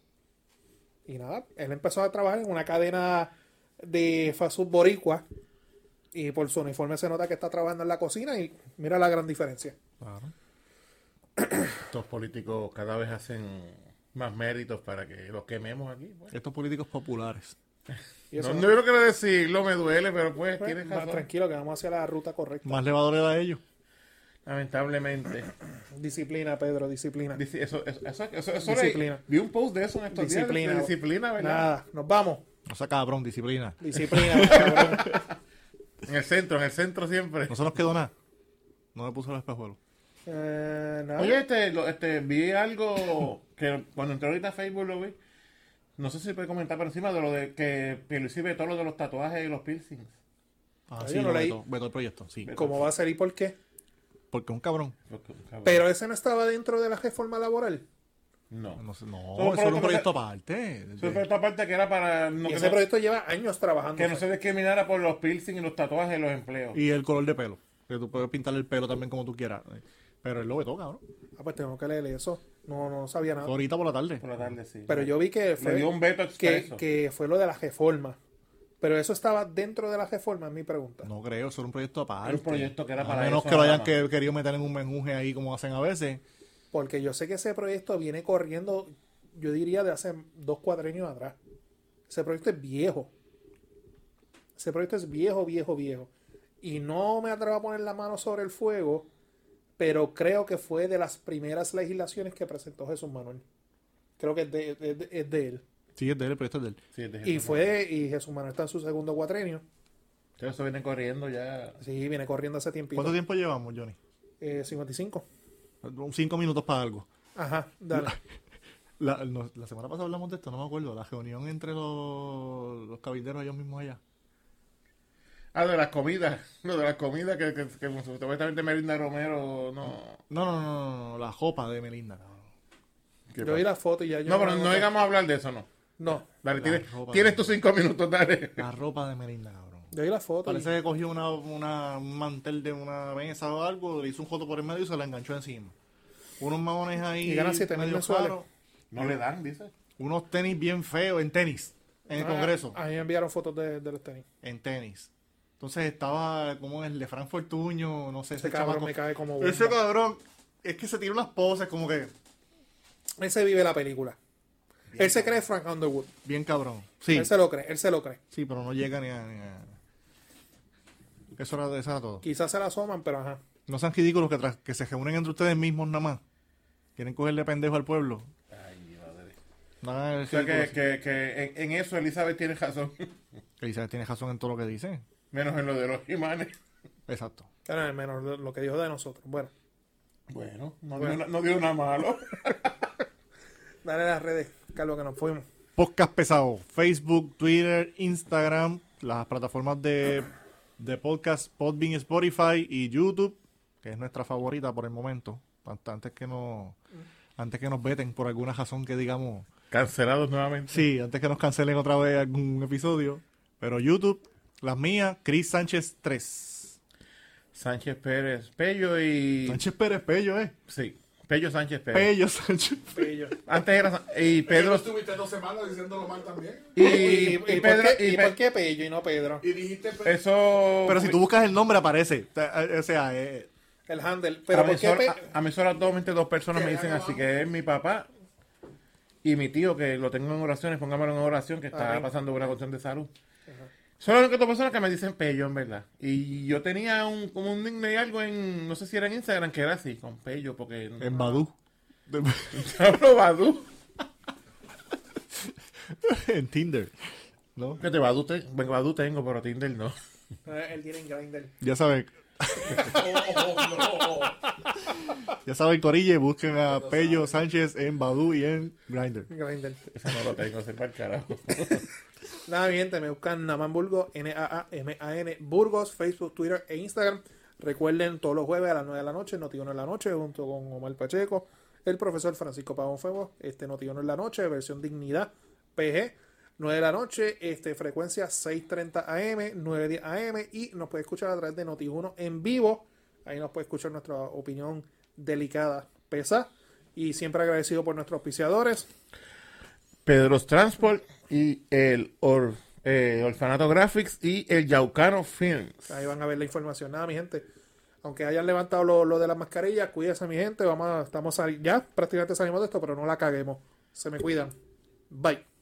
Speaker 2: Y nada, él empezó a trabajar en una cadena de fast food boricua. Y por su uniforme se nota que está trabajando en la cocina y mira la gran diferencia.
Speaker 4: Estos políticos cada vez hacen más méritos para que los quememos aquí. pues.
Speaker 1: Estos políticos populares.
Speaker 2: Y eso
Speaker 4: No, no quiero que decirlo, me duele, pero pues
Speaker 2: pues,
Speaker 4: tienes
Speaker 2: más
Speaker 4: razón.
Speaker 2: tranquilo que vamos hacia la ruta correcta.
Speaker 1: Más le va a doler a ellos.
Speaker 4: Lamentablemente.
Speaker 2: Disciplina, Pedro, disciplina.
Speaker 4: Dice- Eso, eso, eso, eso- eso
Speaker 2: Disciplina.
Speaker 4: leí. Vi un post de eso en estos
Speaker 2: Disciplina.
Speaker 4: días. de Disciplina, ¿verdad?
Speaker 2: Nada, nos vamos.
Speaker 1: O sea, cabrón, disciplina.
Speaker 2: Disciplina, cabrón.
Speaker 4: En el centro, en el centro siempre.
Speaker 1: No se nos quedó nada. No me puso los espejuelos.
Speaker 2: Eh, nada.
Speaker 4: Oye, este, lo- este, vi algo que cuando entré ahorita a Facebook lo vi. No sé si puede comentar por encima de lo de que Pierluisi vetó lo de los tatuajes y los piercings.
Speaker 1: Ah,
Speaker 2: Ah,
Speaker 1: sí,
Speaker 2: yo no
Speaker 1: lo
Speaker 2: leí.
Speaker 1: vetó, vetó el proyecto, sí.
Speaker 2: ¿Cómo va a ser y por qué?
Speaker 1: Porque es un cabrón.
Speaker 4: Porque, cabrón,
Speaker 2: Pero ese no estaba dentro de la reforma laboral.
Speaker 4: no.
Speaker 1: No, sé- no, eso era
Speaker 4: Solo proyecto
Speaker 1: un
Speaker 4: que
Speaker 1: proyecto
Speaker 4: se-
Speaker 1: aparte.
Speaker 4: Eso fue otra parte que era para
Speaker 2: Y
Speaker 4: no, que,
Speaker 2: ese
Speaker 4: no,
Speaker 2: proyecto lleva años trabajando.
Speaker 4: que no se discriminara por los piercings y los tatuajes y los empleos.
Speaker 1: Y el color de pelo. Que tú puedes pintar el pelo también como tú quieras. Pero él lo vetó, cabrón.
Speaker 2: Ah, pues tengo que leer eso. No, no sabía nada.
Speaker 1: Ahorita por la tarde.
Speaker 4: Por la tarde, sí.
Speaker 2: Pero yo vi que fue,
Speaker 4: dio un veto
Speaker 2: que,
Speaker 4: expreso.
Speaker 2: que fue lo de la reforma. Pero eso estaba dentro de la reforma, es mi pregunta.
Speaker 1: No creo, eso era un proyecto aparte.
Speaker 4: Era un proyecto que era
Speaker 1: a
Speaker 4: para
Speaker 1: menos
Speaker 4: eso
Speaker 1: que lo
Speaker 4: nada
Speaker 1: hayan
Speaker 4: más.
Speaker 1: que- querido meter en un menjunje ahí como hacen a veces.
Speaker 2: Porque yo sé que ese proyecto viene corriendo, yo diría, de hace dos cuadrenios atrás. Ese proyecto es viejo. Ese proyecto es viejo, viejo, viejo. Y no me atrevo a poner la mano sobre el fuego, pero creo que fue de las primeras legislaciones que presentó Jesús Manuel. Creo que es de, es de- es de él.
Speaker 1: Sí, es de él, el proyecto es de él.
Speaker 4: Sí, te-
Speaker 2: Y fue, y Jesús Manuel está en su segundo cuatrenio.
Speaker 4: Pero eso viene corriendo ya.
Speaker 2: Sí, viene corriendo hace tiempito.
Speaker 1: ¿Cuánto tiempo llevamos, Johnny?
Speaker 2: Eh, 55.
Speaker 1: Cinco minutos para algo.
Speaker 2: Ajá, dale.
Speaker 1: La, no, la semana pasada hablamos de esto, no me acuerdo. La reunión entre los, los cabilderos ellos mismos allá.
Speaker 4: Ah, de las comidas. Lo de las comidas que, que, que supuestamente Melinda Romero no.
Speaker 1: No, no, no, no, no, la jopa de Melinda. cabrón.
Speaker 4: ¿Qué
Speaker 2: Yo vi
Speaker 4: pasa?
Speaker 2: la foto y ya yo
Speaker 4: No, pero no
Speaker 2: noté.
Speaker 4: llegamos a hablar de eso, no.
Speaker 2: No,
Speaker 4: Dale,
Speaker 1: La
Speaker 4: tienes,
Speaker 1: ropa
Speaker 4: tienes
Speaker 1: de-
Speaker 4: tus cinco minutos, dale.
Speaker 1: La ropa de Melinda, cabrón.
Speaker 2: yo vi la foto. y-
Speaker 1: Parece que cogió una, una- un mantel de una mesa o algo, le hizo un joto por el medio y se la enganchó encima. Unos maones ahí.
Speaker 2: Y gana siete mil
Speaker 1: medio
Speaker 2: mensuales.
Speaker 1: caros.
Speaker 4: No le dan, dice.
Speaker 1: Unos tenis bien feos en tenis. En el
Speaker 2: Ah,
Speaker 1: Congreso.
Speaker 2: A mí me enviaron fotos de, de los tenis.
Speaker 1: En tenis. Entonces estaba como el de Fran Fortuño, no sé,
Speaker 2: Ese
Speaker 1: ese
Speaker 2: cabrón
Speaker 1: chamaco.
Speaker 2: me cae como bomba.
Speaker 1: Ese cabrón es que se tiró unas poses como que
Speaker 2: Ese vive la película. él se cree Frank Underwood.
Speaker 1: bien cabrón. Sí,
Speaker 2: Él se lo cree, él se lo cree.
Speaker 1: sí, pero no llega ni a... ni a- Eso, era, eso era todo.
Speaker 2: Quizás se la asoman, pero ajá.
Speaker 1: No sean ridículos que, tras- que se reúnen entre ustedes mismos nada más. Quieren cogerle pendejo al pueblo. No hagan el
Speaker 4: O sea
Speaker 1: ridículo
Speaker 4: que,
Speaker 1: así.
Speaker 4: que, que en, en eso Elizabeth tiene razón.
Speaker 1: Elizabeth tiene razón en todo lo que dice.
Speaker 4: Menos en lo de los imanes.
Speaker 1: Exacto.
Speaker 2: Claro, al menos lo- lo que dijo de nosotros. Bueno,
Speaker 4: Bueno, no, dio na- no dio nada malo.
Speaker 2: dale las redes, Carlos, que nos fuimos.
Speaker 1: Podcast pesado. Facebook, Twitter, Instagram, las plataformas de, de podcast, Podbean, Spotify y YouTube, que es nuestra favorita por el momento. Ant- Antes que nos, antes que nos veten por alguna razón que digamos.
Speaker 4: Cancelados nuevamente.
Speaker 1: Sí, antes que nos cancelen otra vez algún episodio. Pero YouTube, las mías, Chris Sánchez 3.
Speaker 4: Sánchez Pérez, Pello y.
Speaker 1: Sánchez Pérez Pello, ¿eh?
Speaker 4: Sí, Pello Sánchez Pérez.
Speaker 1: Pello Sánchez.
Speaker 2: Bello.
Speaker 4: Antes era. Sa- Y
Speaker 5: Pedro,
Speaker 4: Pedro.
Speaker 5: estuviste dos semanas diciéndolo mal también.
Speaker 4: Y,
Speaker 2: ¿Y,
Speaker 4: y
Speaker 2: y
Speaker 4: Pedro.
Speaker 2: por qué,
Speaker 4: y
Speaker 2: y
Speaker 4: Pe-
Speaker 2: por qué Pello y no Pedro?
Speaker 5: Y dijiste, pe-
Speaker 4: Eso.
Speaker 1: Pero si tú buscas el nombre, aparece. O sea, eh,
Speaker 2: El handle. Pero
Speaker 4: a,
Speaker 2: ¿por
Speaker 4: mí
Speaker 2: qué
Speaker 4: solo-
Speaker 1: ah.
Speaker 2: Pe-
Speaker 4: a- a mí solamente dos personas me dicen así que es mi papá y mi tío que lo tengo en oraciones, pongámoslo en oración que está
Speaker 2: Amén.
Speaker 4: pasando por una cuestión de salud. Solamente dos personas que me dicen pello, en verdad. Y yo tenía un, como un nickname algo en, no sé si era en Instagram, que era así, con pello, porque...
Speaker 1: en Badú.
Speaker 4: Hablo Badu.
Speaker 1: en Tinder. ¿No?
Speaker 4: Fíjate, Badu, te- bueno, Badu tengo, pero Tinder no.
Speaker 2: Eh, Él tiene en Grindr.
Speaker 1: Ya saben.
Speaker 5: oh,
Speaker 1: Ya saben, Corille, busquen a Pello Sánchez en Badú y en Grindr.
Speaker 2: Grindr.
Speaker 4: Ese no lo tengo, ese para el carajo.
Speaker 2: Nada, mi gente, me buscan Naman Burgos, N-A-A-M-A-N, Burgos, Facebook, Twitter e Instagram. Recuerden, todos los jueves a las 9 de la noche, Noti 1 en la noche, junto con Omar Pacheco, el profesor Francisco Pavón Febo, este Noti 1 en la noche, versión Dignidad, PG. 9 de la noche, este, frecuencia 6.30 AM, 9.10 AM y nos puede escuchar a través de Noti1 en vivo. Ahí nos puede escuchar nuestra opinión delicada, pesa. Y siempre agradecido por nuestros auspiciadores.
Speaker 4: Pedro's Transport y el Or- eh, Orfanato Graphics y el Yaucano Films.
Speaker 2: Ahí van a ver la información. Nada, mi gente. Aunque hayan levantado lo, lo de las mascarillas, cuídense, mi gente. Vamos a- estamos sali- ya prácticamente salimos de esto, pero no la caguemos. Se me cuidan. Bye.